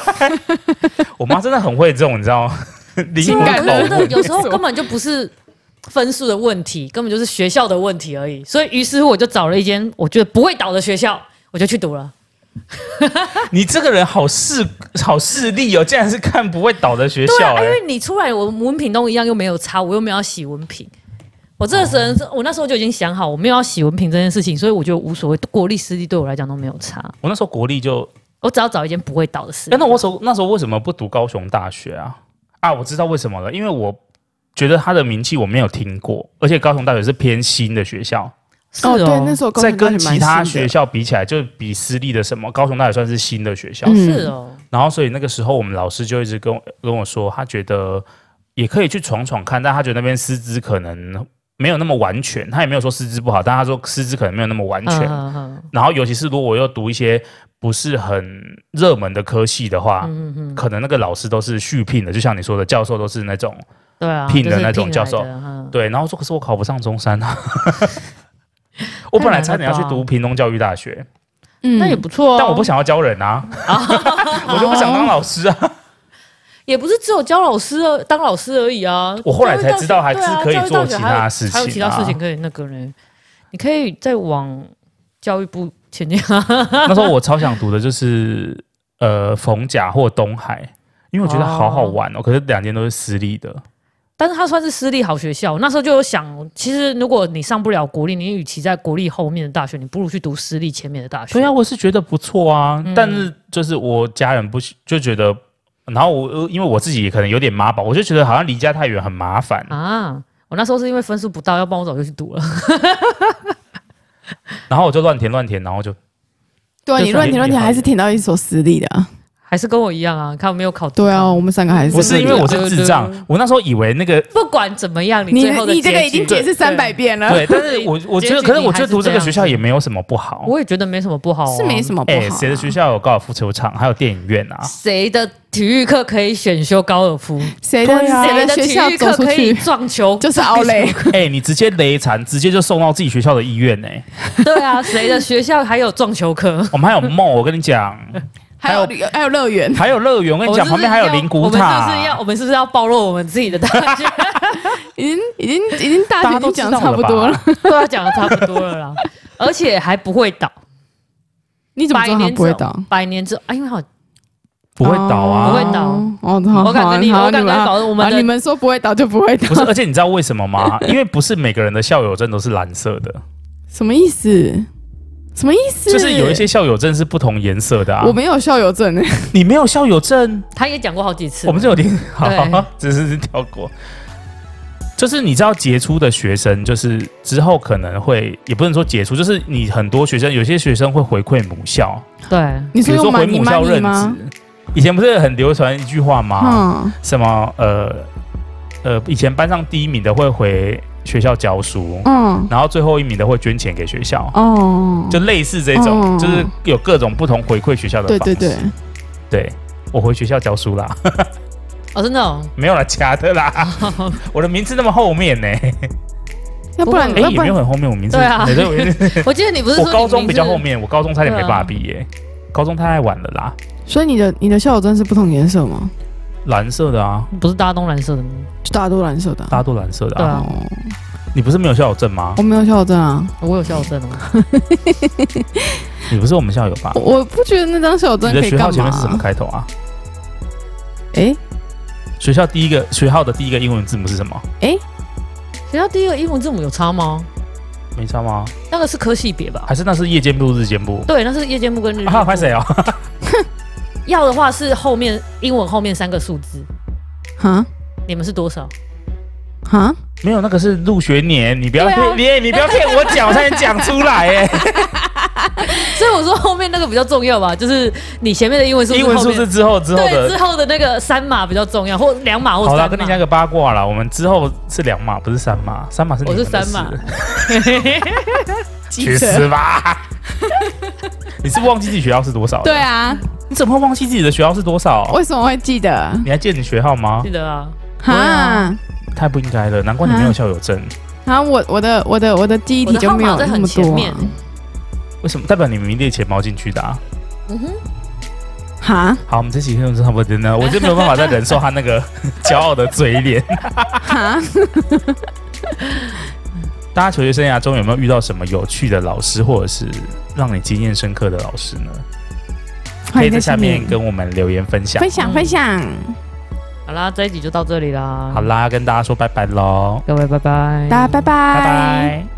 Speaker 1: [LAUGHS] 我妈真的很会这种，你知道吗？ [LAUGHS] 灵
Speaker 2: 其实
Speaker 1: 魂
Speaker 2: 我
Speaker 1: 拷
Speaker 2: 觉得
Speaker 1: 问。
Speaker 2: 啊有时候 [LAUGHS] 根本就不是。分数的问题根本就是学校的问题而已，所以于是乎我就找了一间我觉得不会倒的学校，我就去读了。
Speaker 1: 你这个人好势好势利哦，竟然是看不会倒的学
Speaker 2: 对
Speaker 1: 校
Speaker 2: 啊，
Speaker 1: 哎、
Speaker 2: 因为你出来我文凭都一样，又没有差，我又没有要洗文凭。我这个时候，我那时候就已经想好，我没有要洗文凭这件事情，所以我觉得无所谓，国立私立对我来讲都没有差。
Speaker 1: 我那时候国立就，
Speaker 2: 我只要找一间不会倒的私
Speaker 1: 哎、
Speaker 2: 立。
Speaker 1: 那我手那时候为什么不读高雄大学啊？啊，我知道为什么了，因为我觉得他的名气我没有听过，而且高雄大学是偏新的学校，
Speaker 2: 是
Speaker 3: 哦，对，那时候高
Speaker 1: 在
Speaker 3: 中大学
Speaker 1: 跟其他
Speaker 3: 蛮新
Speaker 1: 学
Speaker 3: 的
Speaker 1: 校比起来，就比私立的什么高雄大学算是新的学校。
Speaker 3: 嗯
Speaker 2: 是哦，
Speaker 1: 然后所以那个时候我们老师就一直跟我跟我说，他觉得也可以去闯闯看，但他觉得那边师资可能没有那么完全，他也没有说师资不好，但他说师资可能没有那么完
Speaker 2: 嗯
Speaker 1: 全。
Speaker 2: 嗯嗯
Speaker 1: 然后尤其是如果我又读一些不是很热门的科系的话，
Speaker 2: 嗯嗯，
Speaker 1: 可能那个老师都是续聘的，就像你说的，教授都是那种
Speaker 2: 对啊，
Speaker 1: 聘的
Speaker 2: 就是
Speaker 1: 那种教授
Speaker 2: 聘来的嗯 [LAUGHS]
Speaker 1: 对。然后说可是我考不上中山啊，我本来差
Speaker 2: 太难
Speaker 1: 点
Speaker 2: 了
Speaker 1: 要去
Speaker 2: 吧
Speaker 1: 读屏东教育大学，
Speaker 3: 嗯
Speaker 2: 那也不错哦。
Speaker 1: 但我不想要教人啊，
Speaker 2: 哦
Speaker 1: [LAUGHS] 我就不想当老
Speaker 2: [LAUGHS]
Speaker 1: 师啊。
Speaker 2: 也不是只有教老师而当老师而已啊。
Speaker 1: 我后来才知道还是
Speaker 2: 对啊
Speaker 1: 可以
Speaker 2: 教育
Speaker 1: 做
Speaker 2: 大学
Speaker 1: 其
Speaker 2: 还有
Speaker 1: 他事
Speaker 2: 还有
Speaker 1: 情
Speaker 2: 其他
Speaker 1: 啊
Speaker 2: 事情可以那个呢，你可以再往教育部前进啊。 [LAUGHS]
Speaker 1: 那时候我超想读的就是呃逢甲或东海，因为我觉得好好玩哦。可是两间都是私立的，
Speaker 2: 但是它算是私立好学校，那时候就有想，其实如果你上不了国立，你与其在国立后面的大学，你不如去读私立前面的大学。
Speaker 1: 对啊，我是觉得不错啊。
Speaker 2: 嗯
Speaker 1: 但是就是我家人不喜就觉得，然后我呃因为我自己可能有点妈宝，我就觉得好像离家太远很麻烦。
Speaker 2: 啊，我那时候是因为分数不到，要不然我早就去读了。 [LAUGHS]
Speaker 1: 然后我就乱填乱填，然后就
Speaker 3: 对啊，
Speaker 1: 就
Speaker 3: 你
Speaker 1: 算
Speaker 3: 乱
Speaker 1: 也
Speaker 3: 填乱
Speaker 1: 厉
Speaker 3: 填
Speaker 1: 害
Speaker 3: 还是
Speaker 1: 耶
Speaker 3: 填到一所私立的啊。
Speaker 2: 还是跟我一样啊，看我没有考
Speaker 3: 对啊，，我们三个还是
Speaker 1: 不是因为我
Speaker 3: 私
Speaker 1: 是智障
Speaker 2: 对对，
Speaker 1: 我那时候以为
Speaker 2: [LAUGHS]
Speaker 1: 那个
Speaker 2: 不管怎么样，你
Speaker 3: 立
Speaker 2: 最
Speaker 3: 的
Speaker 2: 后
Speaker 3: 你
Speaker 2: 的
Speaker 3: 你这个已经
Speaker 2: 结
Speaker 3: 解
Speaker 2: 局
Speaker 3: 释三百，遍了，
Speaker 1: 对，但是我我觉得，
Speaker 2: 结局
Speaker 1: 可是我
Speaker 2: 你还
Speaker 1: 觉得
Speaker 2: 是
Speaker 1: 读这
Speaker 2: 这
Speaker 1: 个
Speaker 2: 样
Speaker 1: 学校也没有什么不好
Speaker 2: 对。我也觉得没什么不好、啊，
Speaker 3: 是没什么不好
Speaker 1: 哎，
Speaker 3: 啊。
Speaker 1: 谁的学校有高尔夫球场，还有电影院啊？
Speaker 2: 谁的体育课可以选修高尔夫？
Speaker 3: 谁的哎
Speaker 1: 啊
Speaker 3: 谁
Speaker 2: 谁
Speaker 3: 的
Speaker 2: 的
Speaker 3: 学
Speaker 2: 啊哎体
Speaker 3: 校
Speaker 2: 育
Speaker 3: 走
Speaker 2: 课
Speaker 3: 出
Speaker 2: 可以 [LAUGHS]
Speaker 3: 去
Speaker 2: 撞球？
Speaker 3: [LAUGHS] 就是奥雷，
Speaker 1: 哎，你直接雷残，直接就送到自己学校的医院呢。
Speaker 2: 对啊，谁的学校还有撞球课？
Speaker 1: 我们还有梦，我跟你讲，
Speaker 3: 还有还有
Speaker 1: [LAUGHS]
Speaker 3: 乐园，
Speaker 1: 还有乐园，我跟你讲，
Speaker 2: 我
Speaker 1: 旁
Speaker 2: 们是不是
Speaker 1: 边还有
Speaker 2: 要
Speaker 1: 灵骨塔
Speaker 2: 我们是不是。要？我们是不是要暴露我们自己的大学？
Speaker 3: 已经已经已经大
Speaker 1: 大
Speaker 3: 学
Speaker 1: 家
Speaker 3: 已
Speaker 1: 都
Speaker 3: 经
Speaker 1: 知
Speaker 3: 讲
Speaker 1: 道
Speaker 3: 得差不多
Speaker 1: 了
Speaker 3: 了
Speaker 1: 吧，。
Speaker 2: 对啊，讲的差不多了啦，而且还不会倒，
Speaker 3: 你怎么
Speaker 2: 百
Speaker 3: 知道他
Speaker 2: 年
Speaker 3: 不会倒？
Speaker 2: 百年之后啊，因为好，
Speaker 1: 不会倒啊，
Speaker 2: 不会倒
Speaker 3: 哦，好，
Speaker 2: 我敢跟你，
Speaker 3: 好
Speaker 2: 我敢
Speaker 3: 你
Speaker 2: 跟
Speaker 3: 们
Speaker 2: 你保
Speaker 3: 啊
Speaker 2: 证，我
Speaker 3: 啊
Speaker 2: 们的
Speaker 3: 你们说不会倒就不会倒
Speaker 1: [LAUGHS] 不，是，而且你知道为什么
Speaker 3: [LAUGHS]
Speaker 1: 吗？因为不是每个人的校友证都是蓝色的，
Speaker 3: 什么意思？什么意思？
Speaker 1: 就是有一些校友证是不同颜色的啊
Speaker 3: 我。没有校友证， [LAUGHS]
Speaker 1: 你没有校友证，
Speaker 2: 他也讲过好几次，
Speaker 1: 我们就 [LAUGHS] 有听好
Speaker 2: 对，
Speaker 1: 只是跳过。就是你知道杰出的学生，就是之后可能会，也不能说杰出，就是你很多学生，有些学生会回馈母校，
Speaker 2: 对
Speaker 3: 你
Speaker 1: 比
Speaker 3: 说
Speaker 1: 如说
Speaker 3: 用
Speaker 1: 回
Speaker 3: money
Speaker 1: 母校任
Speaker 3: money 吗？
Speaker 1: 职。啊以前不是很流传一句话吗？
Speaker 3: 嗯，
Speaker 1: 什么呃呃，以前班上第一名的会回学校教书，
Speaker 3: 嗯，
Speaker 1: 然后最后一名的会捐钱给学校。
Speaker 3: 哦，
Speaker 1: 就类似这种，
Speaker 3: 哦
Speaker 1: 就是有各种不同回馈学校的
Speaker 3: 对
Speaker 1: 方式。
Speaker 3: 对对，
Speaker 1: 对，我回学校教书啦，
Speaker 2: 哦，真的哦，
Speaker 1: 没有啦，假的
Speaker 2: [LAUGHS]
Speaker 1: 啦，我的名字那么后面呢、
Speaker 3: 要不然
Speaker 1: 哎、
Speaker 3: 要
Speaker 1: 也
Speaker 3: 不
Speaker 1: 没有
Speaker 3: 然
Speaker 1: 很后面，我名字
Speaker 2: 对啊 [LAUGHS]
Speaker 1: 对我名字
Speaker 2: 我记得你不是说
Speaker 1: 我高中比较后
Speaker 2: 你
Speaker 1: 面，我高中差点
Speaker 2: 啊
Speaker 1: 没办法毕业，高中太晚了啦，
Speaker 3: 所以你的你的校友证是不同颜色吗？
Speaker 1: 蓝色的啊，
Speaker 2: 名字，不是大家东蓝色的吗？
Speaker 3: 就大家都蓝色的啊。
Speaker 1: 大家都蓝色的
Speaker 2: 对
Speaker 1: 啊，
Speaker 2: 啊
Speaker 3: 哦，
Speaker 1: 你不是没有校友证吗
Speaker 3: 我？没有校友证啊，
Speaker 2: 我有校友证哦，
Speaker 1: 你不是我们校友吧？
Speaker 3: 我我不觉得那张校友证
Speaker 1: 你
Speaker 3: 可
Speaker 1: 的
Speaker 3: 以
Speaker 1: 学号
Speaker 3: 干
Speaker 1: 前
Speaker 3: 嘛
Speaker 1: 面是什么
Speaker 3: 啊。
Speaker 1: 开头啊？
Speaker 3: 哎，
Speaker 1: 学校第一个学号的第一个英文字母是什么？
Speaker 2: 学校第一个英文字母有差吗？
Speaker 1: 没差吗？
Speaker 2: 那个是科系别吧？
Speaker 1: 还是那是夜间部、日间部？
Speaker 2: 对，那是夜间部跟日间
Speaker 1: 啊，
Speaker 2: 部。
Speaker 1: 拍谁啊？
Speaker 2: 要的话是后面英文后面三个数字，
Speaker 3: 哈
Speaker 2: 你们是多少？
Speaker 3: 哈，
Speaker 1: 没有，那个是入学年，你不要
Speaker 2: 对啊
Speaker 1: 骗你，你不要骗我讲，我才能讲出
Speaker 2: [LAUGHS]
Speaker 1: 来哎。
Speaker 2: 所以我说后面那个比较重要吧，就是你前面的英文数字，
Speaker 1: 英文数字
Speaker 2: 后
Speaker 1: 之后之后
Speaker 2: 面对之
Speaker 1: 的，
Speaker 2: 后的那个三码比较重要，或两码或
Speaker 1: 好
Speaker 2: 三
Speaker 1: 啦，
Speaker 2: 码。
Speaker 1: 跟你讲一个八卦啦，我们之后是两码，不是三码，三码是你们的
Speaker 2: 我是三码
Speaker 1: 事，去
Speaker 2: [LAUGHS]
Speaker 3: 机车
Speaker 1: 死吧！你是不是忘记自己学校是多少？
Speaker 3: 对，啊，
Speaker 1: 你怎么会忘记自己的学校是多少？
Speaker 3: 为什么会记得？
Speaker 1: 你还记得你学号吗
Speaker 2: 记？得啊，
Speaker 3: 哈
Speaker 2: 啊
Speaker 1: 太不应该了，难怪你没有校友证。
Speaker 3: 哈，我我的我的我的记忆体就没有
Speaker 2: 我的号码在
Speaker 3: 那
Speaker 2: 很
Speaker 3: 么
Speaker 2: 前
Speaker 3: 多
Speaker 2: 面
Speaker 3: 啊。
Speaker 1: 为什么？代表你明明列钱包进去的啊。
Speaker 2: 嗯哼，
Speaker 3: 哈
Speaker 1: 好，我们这期节目就差不多呢，我就没有办法再忍受他那个 [LAUGHS] 骄傲的嘴脸。
Speaker 3: 哈，
Speaker 1: 大家求学生涯中有没有遇到什么有趣的老师，或者是让你经验深刻的老师呢？可
Speaker 3: 欢
Speaker 1: 以
Speaker 3: 迎
Speaker 1: 在
Speaker 3: 在
Speaker 1: 下
Speaker 3: 下
Speaker 1: 面
Speaker 3: 面
Speaker 1: 跟我们留言分享
Speaker 3: 分。享
Speaker 2: 嗯
Speaker 3: 分享，
Speaker 2: 好啦，这一集就到这里啦，
Speaker 1: 好啦，跟大家说拜拜喽，
Speaker 2: 各位拜拜，
Speaker 3: 大家
Speaker 1: 拜
Speaker 3: 拜
Speaker 1: 拜。